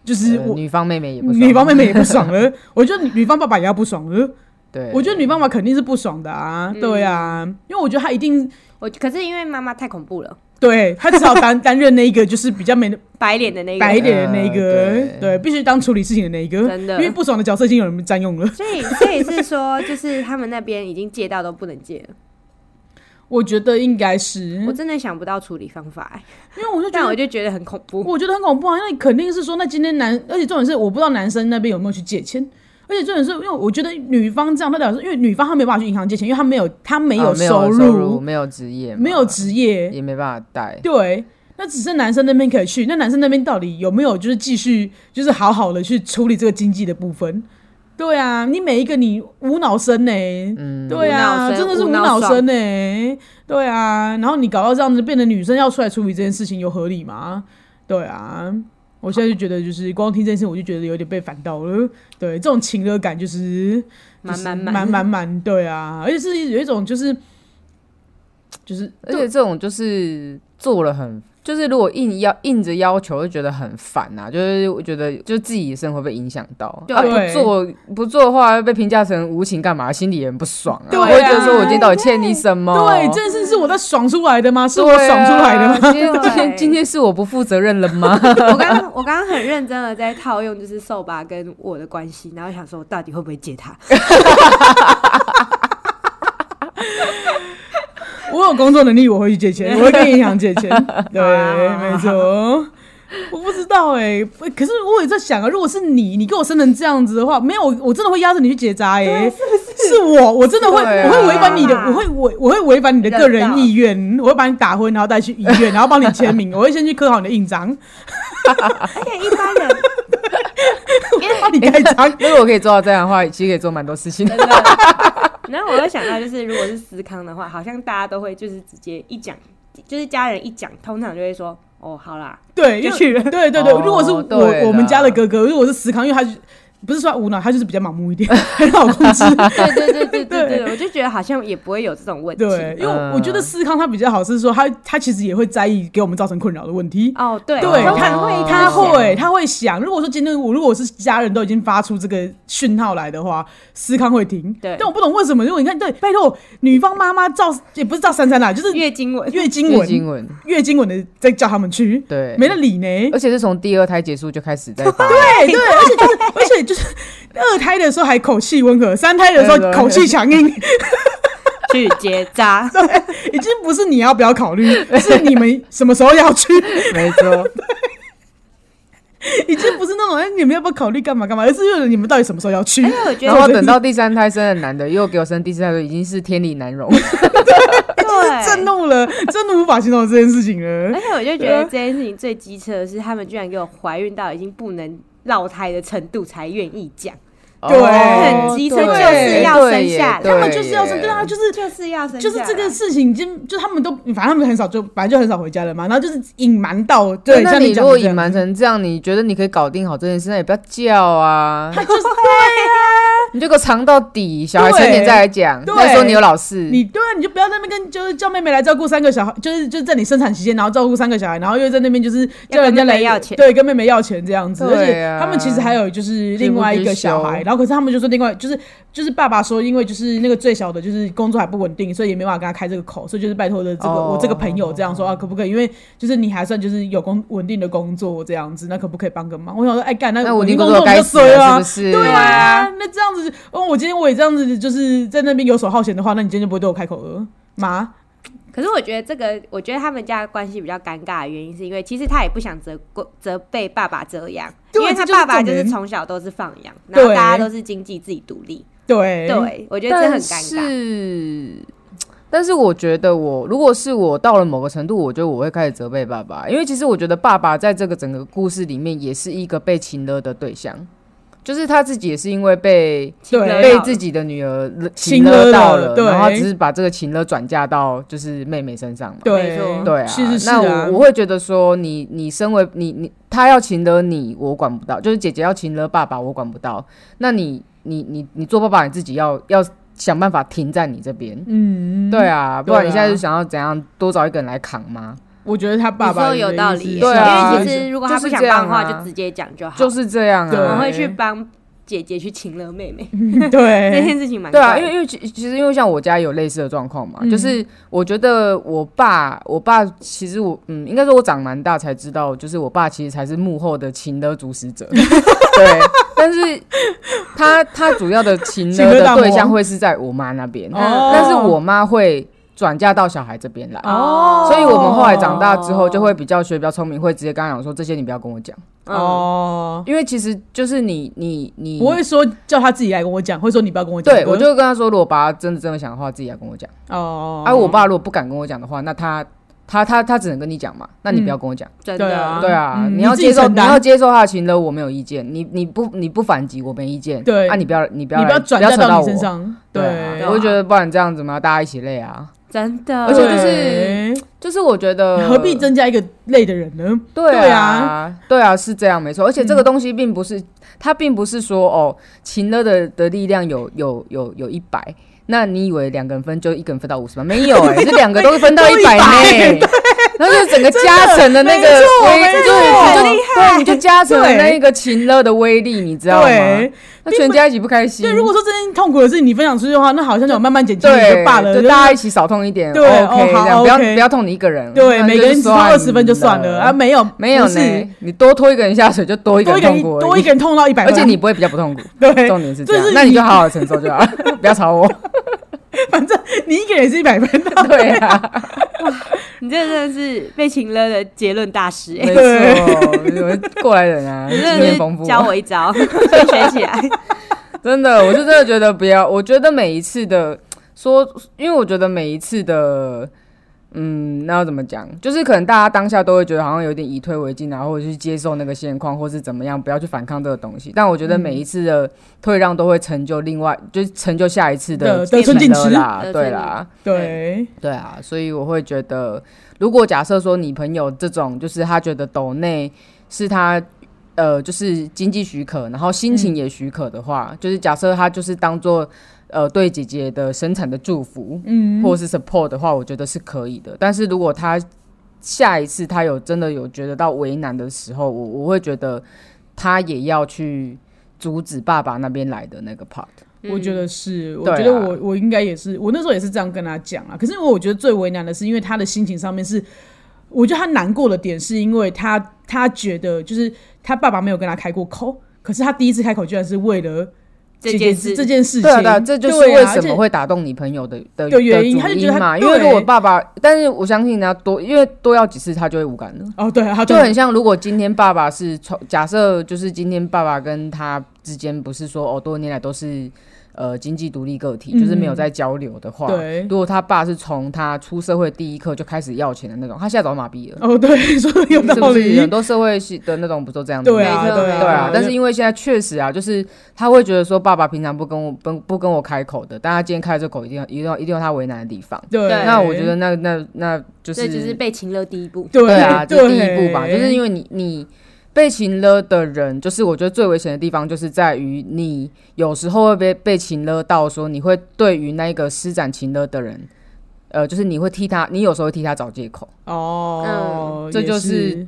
Speaker 1: 就是
Speaker 3: 呃
Speaker 1: 我。
Speaker 3: 女方妹妹也不
Speaker 1: 女
Speaker 3: 爽
Speaker 1: 方妹妹也不爽了，我觉得女女方爸爸也要不爽了。
Speaker 3: 对，
Speaker 1: 我觉得女方爸爸肯定是不爽的啊，对啊，因为我觉得他一定
Speaker 2: 我可是因为妈妈太恐怖了，
Speaker 1: 对他至少担担任那一个就是比较没
Speaker 2: 白脸的那
Speaker 1: 白一
Speaker 2: 个。
Speaker 1: 点的那一个
Speaker 3: 呃，
Speaker 1: 对，必须当处理事情的那一个，
Speaker 2: 真的
Speaker 1: 因为不爽的角色已经有人占用了。
Speaker 2: 所以，所以是说，就是他们那边已经戒到都不能戒了。
Speaker 1: 我觉得应该是，因
Speaker 2: 我真的想不到处理方法、欸，
Speaker 1: 为我就觉
Speaker 2: 但我
Speaker 1: 得。
Speaker 2: 就觉得很恐怖。
Speaker 1: 我觉得很恐怖啊！那你肯定是说，那今天男，而且重点是，我不知道男生那边有没有去借钱，而且重点是因为我觉得女方这样，他表示因为女方她没有办法去银行借钱，因为她没有她没
Speaker 3: 啊
Speaker 1: 有
Speaker 3: 没有
Speaker 1: 入，
Speaker 3: 入，没有职业嘛，
Speaker 1: 没有职业，
Speaker 3: 也没办法带，
Speaker 1: 对，那只是男生那边可以去，那男生那边到底有没有就是继续就是好好的去处理这个经济的部分？对啊，你每一个你无脑生呢、
Speaker 3: 嗯，
Speaker 1: 对
Speaker 2: 无脑
Speaker 1: 啊，
Speaker 2: 生
Speaker 1: 真的是
Speaker 2: 无
Speaker 1: 无
Speaker 2: 脑
Speaker 1: 脑
Speaker 2: 爽
Speaker 1: 生呢、对啊，然后你搞到这样子，变成女生要出来处理这件事情，有合理吗？对啊，我现在就觉得就是光听这件事，我就觉得有点被反到了。对，这种情乐感就是
Speaker 2: 满
Speaker 1: 就是
Speaker 2: 满满
Speaker 1: 满满满，对啊，而且是有一种就是就是
Speaker 3: 而且这种就是做了很，就是如果硬要硬着要求，就觉得很烦呐、就是我觉得就自己的生活被影响到，
Speaker 2: 对
Speaker 3: 啊不做不做的话被评价成无情干嘛，心里也很不爽啊。
Speaker 1: 对
Speaker 3: 我
Speaker 1: 啊
Speaker 3: 会觉得说我今天到底欠你什么？
Speaker 1: 对，这件事是我在爽出来的吗？是
Speaker 3: 哦对啊
Speaker 1: 我爽出来的吗？
Speaker 3: 今天今
Speaker 2: 对
Speaker 3: 天今天是我不负责任了吗？
Speaker 2: 我刚刚我刚刚很认真的在套用，就是瘦吧跟我的关系，然后想说我到底会不会接他？
Speaker 1: 我有工作能力，我会去借 钱，我会跟银行借钱。对，没错。我不知道哎、可是我也在想啊，如果是你，你给我生成这样子的话，没有，我我真的会压着你去结扎哎、是不是？是我，我真的会，
Speaker 3: 对啊
Speaker 1: 我会违反你的，我会违，我会违反你的个人意愿，我会把你打昏，然后带去医院，然后帮你签名，我会先去刻好你的印 章，
Speaker 2: 而且一般人
Speaker 3: 哎
Speaker 1: 帮 你盖章。
Speaker 3: 如果我可以做到这样的话，其实可以做蛮多事情的。
Speaker 2: 真的。然后我又想到，就是如果是思康的话，好像大家都会就是直接一讲，就是家人一讲，通常就会说哦，好啦，
Speaker 1: 对，
Speaker 2: 就
Speaker 1: 因为
Speaker 2: 去了
Speaker 1: 对对对，
Speaker 3: 哦
Speaker 1: 如果是
Speaker 3: 对啦
Speaker 1: 我我们家的哥哥，如果是思康，因为他就不是说他无脑，他就是比较盲目一点，很好控制。
Speaker 2: 对对对对对对，我就觉得好像也不会有这种问题。
Speaker 1: 对，因为
Speaker 3: 嗯
Speaker 1: 我我觉得思康他比较好，是说他他其实也会在意给我们造成困扰的问题。
Speaker 2: 哦，对，
Speaker 1: 对
Speaker 2: 通
Speaker 1: 他
Speaker 2: 常会
Speaker 1: 他
Speaker 2: 哦想
Speaker 1: 会，他会想。如果说今天我如果我是家人都已经发出这个讯号来的话，思康会停。
Speaker 2: 对
Speaker 1: 但我不懂为什么。如果你看，对，拜托女方妈妈照也不是照珊珊啦，就是
Speaker 2: 月经文，
Speaker 1: 月经
Speaker 3: 月
Speaker 1: 文
Speaker 3: 经文，
Speaker 1: 月经文的再叫他们去，
Speaker 3: 对，
Speaker 1: 没得理呢。
Speaker 3: 而且是从第二胎结束就开始在发，
Speaker 1: 对对， 而且就是 而且就是二胎的时候还口气温和，三胎的时
Speaker 3: 对
Speaker 1: 候
Speaker 3: 对
Speaker 1: 口气强硬，
Speaker 2: 去结扎，
Speaker 1: 已经不是你要不要考 虑，是你们什么时候要去，
Speaker 3: 没错，
Speaker 1: 已经不是那种哎你们要不要考虑干嘛干嘛，而是为了你们到底什么时候要去
Speaker 2: 因。为我觉
Speaker 3: 然后
Speaker 2: 得
Speaker 3: 等到第三胎生的男的又给我生第四胎，已经是天理难容。
Speaker 2: 对
Speaker 1: 震怒了，真的无法形容这件事情了
Speaker 2: 而。且我就觉
Speaker 1: 啊
Speaker 2: 得这件事情最机车的是，他们居然给我怀孕到已经不能落胎的程度才愿意讲，
Speaker 1: 对
Speaker 3: 哦
Speaker 2: 很机车
Speaker 3: 对
Speaker 2: 就是要
Speaker 3: 对
Speaker 2: 生
Speaker 3: 耶
Speaker 2: 下来
Speaker 3: 对
Speaker 1: 他们就是要
Speaker 3: 耶
Speaker 1: 生，对啊，就是
Speaker 2: 就是要生下来，
Speaker 1: 就是这个事情已经，就他们都反正他们很少就本来就很少回家了嘛，然后就是隐瞒到对，
Speaker 3: 那
Speaker 1: 像
Speaker 3: 你如
Speaker 1: 讲
Speaker 3: 果
Speaker 1: 的这
Speaker 3: 隐
Speaker 1: 样，
Speaker 3: 瞒成这样，你觉得你可以搞定好这件事，那也不要叫啊，
Speaker 1: 他就是
Speaker 3: 你就给我藏到底，小孩成年
Speaker 1: 对
Speaker 3: 再来讲。
Speaker 1: 对
Speaker 3: 那时候你有老四，
Speaker 1: 你对啊，你就不要在那边跟就是叫妹妹来照顾三个小孩，就是就是在你生产期间，然后照顾三个小孩，然后又在那边就是叫
Speaker 2: 要跟
Speaker 1: 人家
Speaker 2: 妹妹
Speaker 1: 来
Speaker 2: 要钱
Speaker 1: 对，跟妹妹要钱这样子。
Speaker 3: 对啊
Speaker 1: 而且他们其实还有就是另外一个小
Speaker 3: 知不知
Speaker 1: 孩，
Speaker 3: 羞
Speaker 1: 然后可是他们就说另外就是就是爸爸说，因为就是那个最小的就是工作还不稳定，所以也没办法跟他开这个口，所以就是拜托的这个、
Speaker 3: 哦
Speaker 1: 我这个朋友这样说啊，可不可以？因为就是你还算就是有工稳定的工作这样子，那可不可以帮个忙？我想说，哎干，
Speaker 3: 那
Speaker 1: 稳
Speaker 3: 定
Speaker 1: 定
Speaker 3: 工
Speaker 1: 工作
Speaker 3: 该
Speaker 1: 就
Speaker 3: 死
Speaker 1: 衰啊
Speaker 3: 了，是不是？
Speaker 1: 对啊，那这样子，哦，我今天我也这样子，就是在那边游手好闲的话，那你今天就不会对我开口了吗？
Speaker 2: 可是我觉得这个，我觉得他们家的关系比较尴尬的原因，是因为其实他也不想责过责备爸爸这样，因
Speaker 1: 对
Speaker 2: 为他
Speaker 1: 这就是
Speaker 2: 爸爸
Speaker 1: 重
Speaker 2: 就是
Speaker 1: 点
Speaker 2: 从小都是放养，然后
Speaker 1: 对
Speaker 2: 大家都是经济自己独立。
Speaker 1: 对
Speaker 2: 对，我觉得这
Speaker 3: 但
Speaker 2: 很尴尬。
Speaker 3: 是，但是我觉得我如果是我到了某个程度，我觉得我会开始责备爸爸，因为其实我觉得爸爸在这个整个故事里面也是一个被情勒的对象，就是他自己也是因为被
Speaker 2: 亲
Speaker 1: 对
Speaker 2: 热
Speaker 3: 被
Speaker 2: 到
Speaker 3: 自己的女儿
Speaker 1: 情
Speaker 3: 情勒
Speaker 1: 勒
Speaker 3: 到
Speaker 1: 了
Speaker 3: 了，
Speaker 1: 对
Speaker 3: 然后他只是把这个情勒转嫁到就是妹妹身上嘛。
Speaker 2: 没错
Speaker 1: 对
Speaker 3: 对啊，
Speaker 1: 是是是
Speaker 3: 那
Speaker 1: 啊
Speaker 3: 我我会觉得说你，你身为你你他要请了你，我管不到；就是姐姐要请了爸爸，我管不到。那你你你你做爸爸，你自己要要想办法停在你这边。
Speaker 1: 嗯，
Speaker 3: 对啊，不
Speaker 1: 对啊
Speaker 3: 然你现在就想要怎样多找一个人来扛吗？
Speaker 1: 我觉得他爸
Speaker 2: 你
Speaker 1: 爸
Speaker 2: 说有道理耶，
Speaker 3: 对啊
Speaker 2: 因为其实如果他
Speaker 3: 就是
Speaker 2: 不想
Speaker 3: 这
Speaker 2: 帮
Speaker 3: 样
Speaker 2: 的话，
Speaker 3: 啊
Speaker 2: 就直接讲就好。
Speaker 3: 就是这样
Speaker 1: 对
Speaker 2: 我们
Speaker 3: 啊。
Speaker 2: 会去帮姐姐去请了妹妹，
Speaker 1: 实
Speaker 2: 这
Speaker 1: 对
Speaker 2: 件事情蛮
Speaker 3: 对啊，
Speaker 2: 怪
Speaker 3: 因为因为其其实因为像我家有类似的状况嘛，
Speaker 1: 嗯
Speaker 3: 就是我觉得我爸，我爸其实我嗯，应该说我长蛮大才知道，就是我爸其实才是幕后的情的主使者， 对，但是他他主要的情
Speaker 1: 情
Speaker 3: 的
Speaker 1: 勒
Speaker 3: 的
Speaker 1: 大魔
Speaker 3: 对象会是在我妈那边，
Speaker 1: 哦
Speaker 3: 但是我妈会转嫁到小孩这边来。
Speaker 1: 哦
Speaker 3: 所以，我们后来长大之后，就会比较学、比较聪明，会直接跟他讲说：“这些你不要跟我讲，
Speaker 2: 哦，
Speaker 1: 哦，
Speaker 3: 因为其实就是你、你、你
Speaker 1: 不会说叫他自己来跟我讲，会说你不要跟我讲。
Speaker 3: 对我就跟他说，如果爸爸真的真的想的话，自己来跟我讲。
Speaker 1: 哦，
Speaker 3: 啊，我爸如果不敢跟我讲的话，那他他他他只能跟你讲嘛，那你不要跟我讲。
Speaker 2: 真
Speaker 1: 对啊
Speaker 2: 的，
Speaker 3: 对啊，
Speaker 1: 嗯
Speaker 3: 你要
Speaker 1: 你自己
Speaker 3: 接受
Speaker 1: 承
Speaker 3: 你
Speaker 1: 担
Speaker 3: 要接受他的情勒，我没有意见。你你不你不反击，我没意见。
Speaker 1: 对
Speaker 3: 啊，你不要你不要
Speaker 1: 你不
Speaker 3: 来
Speaker 1: 要转嫁
Speaker 3: 扯到
Speaker 1: 到
Speaker 3: 我
Speaker 1: 你身。上，
Speaker 3: 对
Speaker 1: 对
Speaker 3: 啊，我就觉得不然这样子嘛，大家一起累啊。
Speaker 2: 真的，
Speaker 3: 而且就是
Speaker 1: 对
Speaker 3: 就是我觉得
Speaker 1: 何必增加一个累的人呢？
Speaker 3: 对
Speaker 1: 对
Speaker 3: 啊
Speaker 1: 啊，嗯
Speaker 3: 对啊，是这样没错。而且这个东西并不是，它并不是说哦，情勒的的力量有有有有一百，那你以为两个人分就一个人分到五十吗？没有 哎、这两个都分到一百呢。 然后就整个加成的那个
Speaker 1: 真的
Speaker 3: 威，
Speaker 1: 没错
Speaker 3: 就
Speaker 1: 没错
Speaker 3: 你就对，你就加成了
Speaker 1: 对
Speaker 3: 那个情勒的威力，你知道吗
Speaker 1: 对？，
Speaker 3: 那全家一起不开心。
Speaker 1: 对，如果说这件痛苦的事情你分享出去的话，那好像有慢慢减轻也
Speaker 3: 对
Speaker 1: 就罢了，
Speaker 3: 就
Speaker 1: 就是
Speaker 3: 大家一起少痛一点。
Speaker 1: 对
Speaker 3: OK，
Speaker 1: 哦好
Speaker 3: 这样不要
Speaker 1: OK
Speaker 3: 不要痛你一个人。
Speaker 1: 对，
Speaker 3: 那
Speaker 1: 每个
Speaker 3: 就
Speaker 1: 人只
Speaker 3: 算
Speaker 1: 痛二十分就算了
Speaker 3: 了
Speaker 1: 啊，没有
Speaker 3: 没有
Speaker 1: 不是
Speaker 3: 呢，你多拖一个人下水就多一个
Speaker 1: 多
Speaker 3: 人
Speaker 1: 一个
Speaker 3: 痛
Speaker 1: 人
Speaker 3: 苦而已，
Speaker 1: 多一个人痛到一百，
Speaker 3: 而且你不会比较不痛苦，
Speaker 1: 对
Speaker 3: 重点是这
Speaker 1: 这
Speaker 3: 样
Speaker 1: 是，
Speaker 3: 那你
Speaker 1: 你
Speaker 3: 就好好承受就好了，不要吵我。
Speaker 1: 反正你一个人也是一百分的。
Speaker 3: 对啊，
Speaker 2: 你这真的是被情勒的结论大师哎、
Speaker 3: 啊没
Speaker 2: 欸，
Speaker 3: 错，我过来人啊，
Speaker 2: 你
Speaker 3: 经
Speaker 2: 真的
Speaker 3: 验丰
Speaker 2: 是
Speaker 3: 富。
Speaker 2: 教我一招， 先学起来。
Speaker 3: 真的，我是真的觉得不要。我觉得每一次的说，因为我觉得每一次的，嗯，那要怎么讲？就是可能大家当下都会觉得好像有点以退为进啊，或者去接受那个现况，或是怎么样，不要去反抗这个东西。但我觉得每一次的退让都会成就另外，就是成就下一次的
Speaker 1: 得得寸进尺
Speaker 3: 进的啦
Speaker 2: 得，寸
Speaker 3: 对啦，
Speaker 1: 对，
Speaker 3: 对啊。所以我会觉得，如果假设说你朋友这种，就是他觉得抖内是他呃，就是经济许可，然后心情也许可的话，就是假设他就是当做呃对姐姐的生产的祝福，嗯，或者是 support 的话，我觉得是可以的。但是如果他下一次他有真的有觉得到为难的时候，我我会觉得他也要去阻止爸爸那边来的那个 part。
Speaker 1: 我觉得是，我
Speaker 3: 嗯对啊
Speaker 1: 觉得我我应该也是，我那时候也是这样跟他讲啊。可是我觉得最为难的是，因为他的心情上面是，我觉得他难过的点是因为他他觉得就是他爸爸没有跟他开过口，可是他第一次开口居然是为了
Speaker 2: 这
Speaker 1: 姐姐
Speaker 2: 件事
Speaker 1: 这件事情，
Speaker 3: 对啊，对啊，这就是
Speaker 1: 对啊
Speaker 3: 为什
Speaker 1: 而且
Speaker 3: 么会打动你朋友的的
Speaker 1: 的原因
Speaker 3: 的
Speaker 1: 他就
Speaker 3: 主
Speaker 1: 觉得他
Speaker 3: 嘛。因为
Speaker 1: 对
Speaker 3: 如果爸爸，但是我相信他多，因为多要几次他就会无感了。
Speaker 1: 哦，对啊，他
Speaker 3: 就很像，如果今天爸爸是从假设就是今天爸爸跟他之间不是说哦，多年来都是呃经济独立个体，就是没有在交流的话，
Speaker 1: 嗯对
Speaker 3: 如果他爸是从他出社会第一刻就开始要钱的那种，他现在早就麻痹了。
Speaker 1: 哦，对， 说的有
Speaker 3: 是
Speaker 1: 道
Speaker 3: 不是
Speaker 1: 理，
Speaker 3: 很多社会系的那种不都这样子吗？
Speaker 1: 对啊，
Speaker 2: 没错
Speaker 1: 对
Speaker 2: 没
Speaker 1: 啊，
Speaker 2: 错
Speaker 3: 对啊，
Speaker 1: 我
Speaker 3: 但是因为现在确实啊，就是他会觉得说，爸爸平常不跟我不不跟我开口的，但他今天开这口，一定要一定要一定有他为难的地方。
Speaker 1: 对，
Speaker 2: 对
Speaker 3: 那我觉得那那那就
Speaker 2: 这
Speaker 3: 是
Speaker 2: 就是被情勒第一步。
Speaker 1: 对
Speaker 3: 对 啊，这是第一
Speaker 1: 对
Speaker 3: 步吧，就是因为你你被情勒的人，就是我觉得最危险的地方，就是在于你有时候会被被情勒到，说你会对于那个施展情勒的人，呃，就是你会替他，你有时候会替他找借口，
Speaker 1: 哦，
Speaker 3: 嗯这
Speaker 1: 也
Speaker 3: 就是
Speaker 1: 是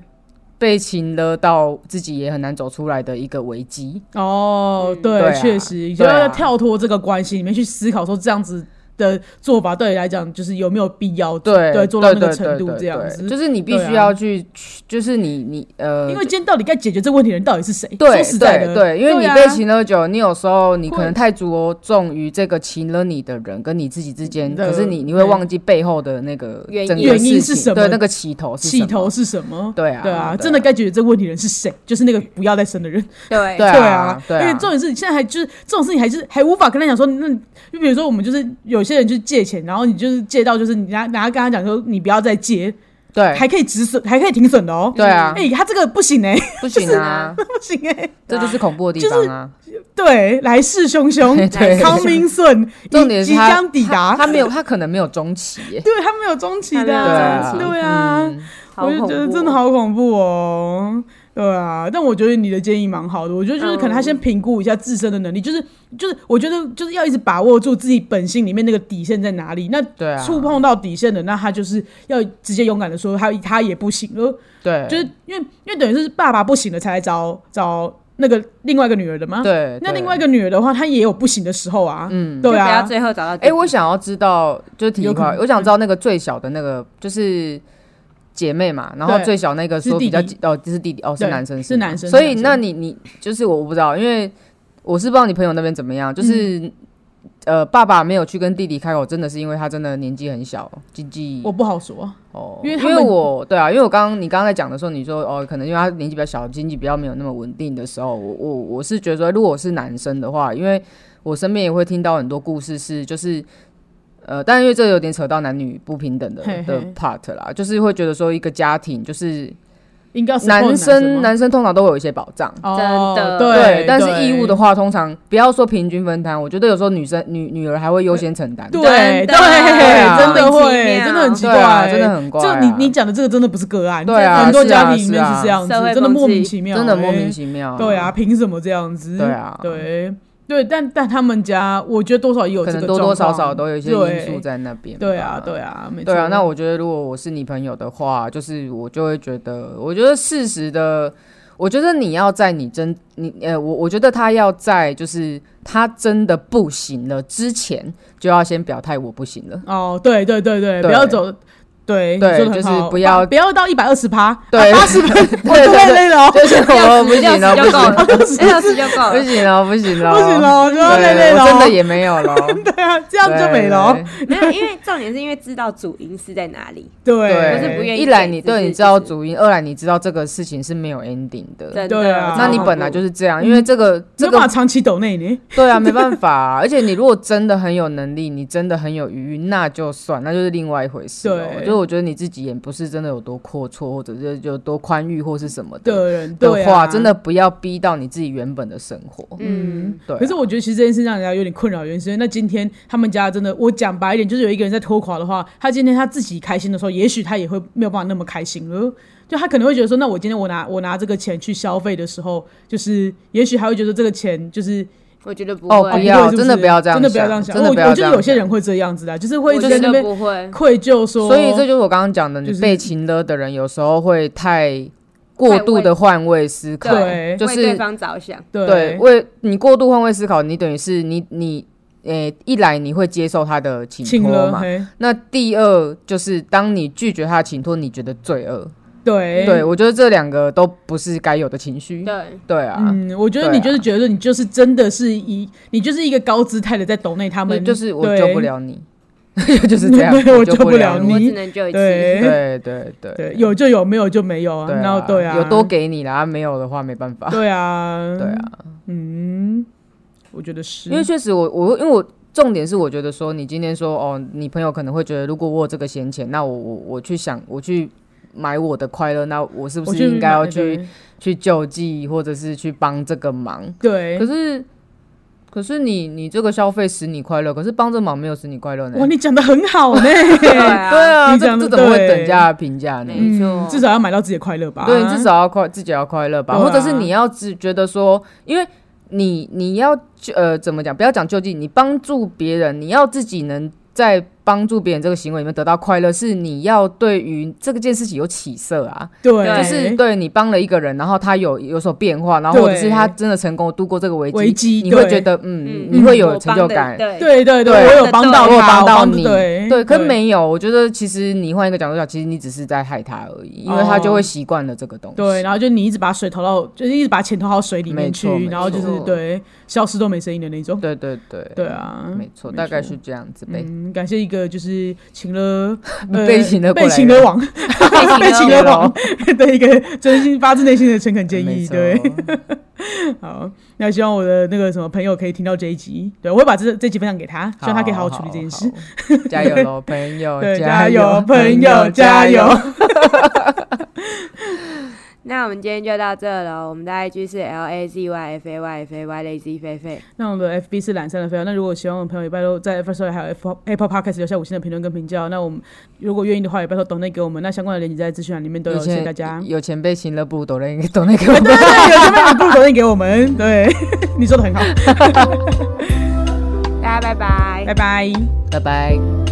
Speaker 3: 被情勒到自己也很难走出来的一个危机。
Speaker 1: 哦，
Speaker 3: 对
Speaker 1: 对，
Speaker 3: 啊
Speaker 1: 确实，就
Speaker 3: 对啊
Speaker 1: 要跳脱这个关系里面去思考，说这样子的做法对你来讲，就是有没有必要
Speaker 3: 对，
Speaker 1: 对做到那个
Speaker 3: 对对
Speaker 1: 程度
Speaker 3: 对
Speaker 1: 这样
Speaker 3: 对
Speaker 1: 子，
Speaker 3: 就是你必
Speaker 1: 对啊
Speaker 3: 须要去，去就是你你呃，
Speaker 1: 因为今天到底该解决这个问题的人到底是谁？
Speaker 3: 对
Speaker 1: 说实在
Speaker 3: 对
Speaker 1: 的，
Speaker 3: 对，因为你
Speaker 1: 啊
Speaker 3: 被情勒久，你有时候你可能
Speaker 1: 会
Speaker 3: 太着重于这个情勒你的人跟你自己之间，
Speaker 1: 的
Speaker 3: 可是你你会
Speaker 1: 嗯
Speaker 3: 忘记背后的那个
Speaker 2: 原
Speaker 3: 整个
Speaker 2: 因
Speaker 3: 事
Speaker 1: 原因
Speaker 3: 情
Speaker 1: 是什么
Speaker 3: 对，那个起头是什
Speaker 1: 起
Speaker 3: 么
Speaker 1: 头，是什么？
Speaker 3: 对啊，
Speaker 1: 对啊，真的该解决这个问题的人是谁？就是那个不要再生的人。
Speaker 2: 对
Speaker 3: 对
Speaker 1: 对
Speaker 3: 啊
Speaker 1: 啊，，
Speaker 3: 对
Speaker 1: 而且
Speaker 3: 啊，
Speaker 1: 重点是你现在还就是这种事情，还是还无法跟他讲说，那就比如说我们就是有些人就是借钱，然后你就是借到就是你拿拿跟他讲说你不要再借，
Speaker 3: 对
Speaker 1: 还可以止损，还可以停损的哦。
Speaker 3: 对啊，
Speaker 1: 哎、他这个不行哎、
Speaker 3: 不行啊，
Speaker 1: 不行哎、
Speaker 3: 这就是恐怖的地
Speaker 1: 就
Speaker 3: 方
Speaker 1: 是
Speaker 3: 啊。
Speaker 1: 对，来势汹汹
Speaker 3: 对
Speaker 1: ，coming soon，
Speaker 3: 重点是
Speaker 1: 即
Speaker 3: 他
Speaker 1: 将抵
Speaker 3: 他
Speaker 1: 达。
Speaker 3: 他没有，他可能没有中期耶。
Speaker 1: 对他没有中期的
Speaker 2: 他
Speaker 1: 啊，
Speaker 2: 没有中
Speaker 1: 对啊，
Speaker 3: 嗯
Speaker 2: 好
Speaker 1: 我就
Speaker 2: 恐
Speaker 1: 觉得
Speaker 2: 怖哦
Speaker 1: 真的好恐怖哦。对啊，但我觉得你的建议蛮好的。我觉得就是可能他先评估一下自身的能力，就是就是，我觉得就是要一直把握住自己本性里面那个底线在哪里。那
Speaker 3: 对啊，
Speaker 1: 触碰到底线的，那他就是要直接勇敢的说他他也不行了，
Speaker 3: 对，
Speaker 1: 就是因为因为等于是爸爸不行了才来找找那个另外一个女儿的嘛。
Speaker 3: 对。
Speaker 1: 那
Speaker 3: 对
Speaker 1: 另外一个女儿的话，她也有不行的时候啊。嗯，
Speaker 2: 就
Speaker 1: 对
Speaker 2: 不要
Speaker 1: 啊，
Speaker 2: 最后找到
Speaker 3: 哎、
Speaker 2: 哎，
Speaker 3: 我想要知道，就是体育
Speaker 1: 有可
Speaker 3: 课，
Speaker 1: 能嗯
Speaker 3: 我想知道那个最小的那个就是姐妹嘛，然后
Speaker 1: 对
Speaker 3: 最小那个
Speaker 1: 是
Speaker 3: 说比
Speaker 1: 弟
Speaker 3: 较
Speaker 1: 弟
Speaker 3: 紧哦，就是弟弟哦，是
Speaker 1: 对
Speaker 3: 男生
Speaker 1: 是
Speaker 3: 吗
Speaker 1: 男生
Speaker 3: 所
Speaker 1: 是
Speaker 3: 以
Speaker 1: 男
Speaker 3: 那你你就是我不知道，因为我是不知道你朋友那边怎么样，就是、
Speaker 1: 嗯
Speaker 3: 呃，爸爸没有去跟弟弟开口，真的是因为他真的年纪很小，经济
Speaker 1: 我不好说。
Speaker 3: 哦，
Speaker 1: 因为他
Speaker 3: 因为
Speaker 1: 们
Speaker 3: 我对啊，因为我刚刚你刚刚在讲的时候，你说哦，可能因为他年纪比较小，经济比较没有那么稳定的时候，我我我是觉得说，如果我是男生的话，因为我身边也会听到很多故事是就是。呃，但因为这有点扯到男女不平等的
Speaker 1: 嘿嘿
Speaker 3: 的 part 啦，就是会觉得说一个家庭就是
Speaker 1: 应该要 support
Speaker 3: 男
Speaker 1: 生
Speaker 3: 生男生通常都会有一些保障，
Speaker 1: 哦
Speaker 2: 真的
Speaker 1: 对，
Speaker 3: 但是义务的
Speaker 1: 话，
Speaker 3: 话，通常不要说平均分摊，我觉得有时候女生女女儿还会优先承担，
Speaker 1: 对对
Speaker 2: 真的
Speaker 3: 啊
Speaker 1: 真的
Speaker 2: 莫名其
Speaker 1: 会，
Speaker 2: 妙
Speaker 1: 真的很奇
Speaker 3: 对啊，
Speaker 1: 怪，
Speaker 3: 真的。很怪
Speaker 1: 就
Speaker 3: 啊，
Speaker 1: 你你讲的这个真的不是个案，
Speaker 3: 对啊
Speaker 1: 很多
Speaker 3: 是啊
Speaker 1: 家庭里面
Speaker 3: 是啊
Speaker 1: 是这样子
Speaker 2: 社会，
Speaker 1: 真的
Speaker 2: 风
Speaker 1: 莫名
Speaker 2: 气
Speaker 1: 其妙，
Speaker 3: 真的莫名
Speaker 1: 哎
Speaker 3: 其妙，
Speaker 1: 对啊，，凭什么这样子？
Speaker 3: 对啊
Speaker 1: 对对，但但他们家，我觉得多少也有
Speaker 3: 可
Speaker 1: 这
Speaker 3: 能
Speaker 1: 个
Speaker 3: 多多少少
Speaker 1: 状况
Speaker 3: 都有一些因素在那边。
Speaker 1: 对对啊，对。啊，没错。
Speaker 3: 对啊，那我觉得如果我是你朋友的话，就是我就会觉得，我觉得适时的，我觉得你要在你真你呃，我我觉得他要在就是他真的不行了之前，就要先表态我不行了。
Speaker 1: 哦，对对对对，
Speaker 3: 对
Speaker 1: 不要走对
Speaker 3: 对
Speaker 1: 你说得很
Speaker 3: 就是
Speaker 1: 好
Speaker 3: 不要
Speaker 1: 不要到一百二十趴，
Speaker 3: 对
Speaker 1: 八十分， 啊
Speaker 3: 对
Speaker 1: 我就会
Speaker 3: 对
Speaker 1: 累了哦，
Speaker 3: 就是我啊不行了，
Speaker 2: 要
Speaker 3: 不
Speaker 2: 死就够
Speaker 3: 行了，
Speaker 2: 了，要死就够
Speaker 3: 不
Speaker 2: 了。
Speaker 3: 行啊了，不行了，
Speaker 1: 不行了，我就要累累
Speaker 3: 对，
Speaker 1: 了哦，
Speaker 3: 我真的也没有了，
Speaker 1: 对啊，这样就没了哦，
Speaker 2: 没有，因为重点是因为知道主因是在哪里，
Speaker 3: 对，
Speaker 2: 不是不愿意
Speaker 3: 一来你
Speaker 2: 只是
Speaker 3: 对你
Speaker 2: 就是
Speaker 3: 知道主因，二来你知道这个事情是没有 ending 的。
Speaker 2: 真
Speaker 1: 对
Speaker 2: 的
Speaker 1: 啊。
Speaker 3: 那你本来就是这样，因为这个
Speaker 1: 没
Speaker 3: 这
Speaker 1: 有办法
Speaker 3: 个
Speaker 1: 长期抖内呢。
Speaker 3: 对啊，没办法啊、而且你如果真的很有能力，你真的很有余裕，那就算，那就是另外一回事、哦。
Speaker 1: 对
Speaker 3: 就我觉得你自己也不是真的有多阔绰，或者是有多宽裕，或是什么的
Speaker 1: 的人
Speaker 3: 的
Speaker 1: 对
Speaker 3: 话，
Speaker 1: 啊
Speaker 3: 真的不要逼到你自己原本的生活。
Speaker 2: 嗯，
Speaker 3: 对啊、
Speaker 1: 可是我觉得其实这件事让人家有点困扰，原因是因为那今天他们家真的，我讲白一点，就是有一个人在拖垮的话，他今天他自己开心的时候，也许他也会没有办法那么开心了。就他可能会觉得说，那我今天我拿我拿这个钱去消费的时候，就是也许还会觉得这个钱就是
Speaker 2: 我觉得不
Speaker 3: 哦不
Speaker 1: 不
Speaker 2: 会，
Speaker 3: 要
Speaker 1: 对是是
Speaker 3: 真的不要这样
Speaker 1: 真的不要这样想。
Speaker 3: 想
Speaker 1: 哦
Speaker 3: 真的不要
Speaker 1: 我我
Speaker 3: 这
Speaker 1: 觉
Speaker 3: 样
Speaker 1: 得有些
Speaker 3: 想
Speaker 1: 人会这样子的，就是会
Speaker 2: 我
Speaker 1: 在
Speaker 2: 觉
Speaker 1: 那
Speaker 2: 得
Speaker 1: 边
Speaker 2: 不会。
Speaker 1: 愧疚说，
Speaker 3: 所以这就是我刚刚讲的，
Speaker 1: 就
Speaker 3: 你
Speaker 1: 是
Speaker 3: 被情勒的人有时候会太过度的换位思考，
Speaker 1: 对
Speaker 3: 就
Speaker 2: 为对
Speaker 3: 是
Speaker 2: 方着想，
Speaker 1: 对
Speaker 3: 对为你过度换位思考，你等于是你你。诶、一来你会接受他的请
Speaker 1: 请
Speaker 3: 托
Speaker 1: 了，
Speaker 3: 嘛？
Speaker 1: 嘿
Speaker 3: 那第二就是当你拒绝他的请托，你觉得罪恶。
Speaker 1: 对
Speaker 3: 对，我觉得这两个都不是该有的情绪。
Speaker 2: 对，
Speaker 3: 对啊，
Speaker 1: 嗯，我觉得
Speaker 3: 对
Speaker 1: 你
Speaker 3: 啊
Speaker 1: 就是觉得说你就是真的是一，你就是一个高姿态的在抖内他
Speaker 3: 那
Speaker 1: 们，
Speaker 3: 就是我
Speaker 1: 对
Speaker 3: 救不。 了你，就是这样，
Speaker 1: 对我
Speaker 3: 救
Speaker 1: 救不
Speaker 3: 了
Speaker 1: 了
Speaker 2: 我
Speaker 1: 你
Speaker 2: 只能就一次。
Speaker 1: 对
Speaker 3: 对对对
Speaker 1: 对，有就有，没有就没有啊。
Speaker 3: 对啊
Speaker 1: 然后对啊，
Speaker 3: 有多给你啦，没有的话没办法。
Speaker 1: 对啊，
Speaker 3: 对啊，
Speaker 1: 嗯，我觉得是，
Speaker 3: 因为确实我我因为我重点是我觉得说你今天说哦，你朋友可能会觉得，如果我有这个闲钱，那我我我去想我去。买我的快乐，那我是不
Speaker 1: 我
Speaker 3: 是
Speaker 1: 觉得
Speaker 3: 应该要
Speaker 1: 蛮
Speaker 3: 去去救济，或者是去帮这个忙？
Speaker 1: 对
Speaker 3: 可
Speaker 1: 对。
Speaker 3: 是，可是你你这个消费使你快乐，可是帮这忙没有使你快乐呢
Speaker 1: 哇，？你讲的很好呢，
Speaker 2: 对啊
Speaker 3: 对啊，
Speaker 1: 你
Speaker 3: 这
Speaker 1: 讲
Speaker 3: 这
Speaker 1: 得
Speaker 3: 怎么会
Speaker 1: 对
Speaker 3: 等人家的评价呢？
Speaker 2: 没错，
Speaker 1: 嗯至少要买到自己的快乐吧。
Speaker 3: 对，你至少要快，自己要快乐吧，
Speaker 1: 对啊
Speaker 3: 或者是你要只觉得说，因为你你要就呃怎么讲，不要讲救济，你帮助别人，你要自己能在帮助别人这个行为里面得到快乐，是你要对于这个件事情有起色啊，
Speaker 1: 对，
Speaker 3: 就是对你帮了一个人，然后他有有所变化，然后或者是
Speaker 1: 对
Speaker 3: 他真的成功地度过这个危机，
Speaker 1: 危机
Speaker 3: 你会
Speaker 1: 对
Speaker 3: 觉得嗯，你
Speaker 2: 嗯
Speaker 3: 会有
Speaker 2: 我
Speaker 3: 成
Speaker 2: 帮
Speaker 3: 就
Speaker 2: 的
Speaker 3: 感。
Speaker 2: 对，
Speaker 1: 对对对，
Speaker 3: 对
Speaker 1: 我有帮到
Speaker 3: 我有
Speaker 1: 他，
Speaker 3: 帮到
Speaker 1: 到
Speaker 3: 你，
Speaker 1: 对
Speaker 3: 对，可没有，我觉得其实你换一个角度讲，其实你只是在害他而已，因为他就会
Speaker 1: 哦
Speaker 3: 习惯了这个东西。
Speaker 1: 对，然后就你一直把水投到，就是一直把钱投到水里
Speaker 3: 没
Speaker 1: 面
Speaker 3: 错没
Speaker 1: 去，然后就是
Speaker 3: 错
Speaker 1: 对消失都没声音的那种。
Speaker 3: 对对对
Speaker 1: 对啊
Speaker 3: 没错，
Speaker 1: 没
Speaker 3: 大概
Speaker 1: 错
Speaker 3: 是这样子呗。
Speaker 1: 嗯，感谢一个就是请了呃
Speaker 3: 被请的过
Speaker 1: 被
Speaker 3: 来
Speaker 1: 请的
Speaker 3: 人
Speaker 1: 网被请的网 的一个真心发自内心的诚恳建
Speaker 3: 没
Speaker 1: 议，
Speaker 3: 错
Speaker 1: 对，好，那希望我的那个什么朋友可以听到这一集，对我会把这这集分享给他，希望他可以好好处理这件事。
Speaker 3: 好。好 加油喽，朋 友！
Speaker 1: 对，
Speaker 3: 加
Speaker 1: 加油，朋友，
Speaker 3: 友，
Speaker 1: 加油！
Speaker 3: 油！
Speaker 2: 那我们今天就到这了。我们的 IG 是 L A Z Y F A Y F A Y Lazy 菲菲。
Speaker 1: 那我们的 FB 是懒散的飞扬。那如果喜欢我们的朋友，也拜托在 Apple Store 还有 Apple Apple Podcast 留下五星的评论跟评价。那我们如果愿意的话，也拜托 donate 给我们。那相关的链接在资讯栏里面都 有，谢谢大家。
Speaker 3: 有钱被行了，不如抖那个抖那 个。
Speaker 1: 对对，有前面你不如 donate 给我们。对， 你说的很好，
Speaker 2: 大家拜拜
Speaker 1: 拜。拜。
Speaker 3: 拜拜。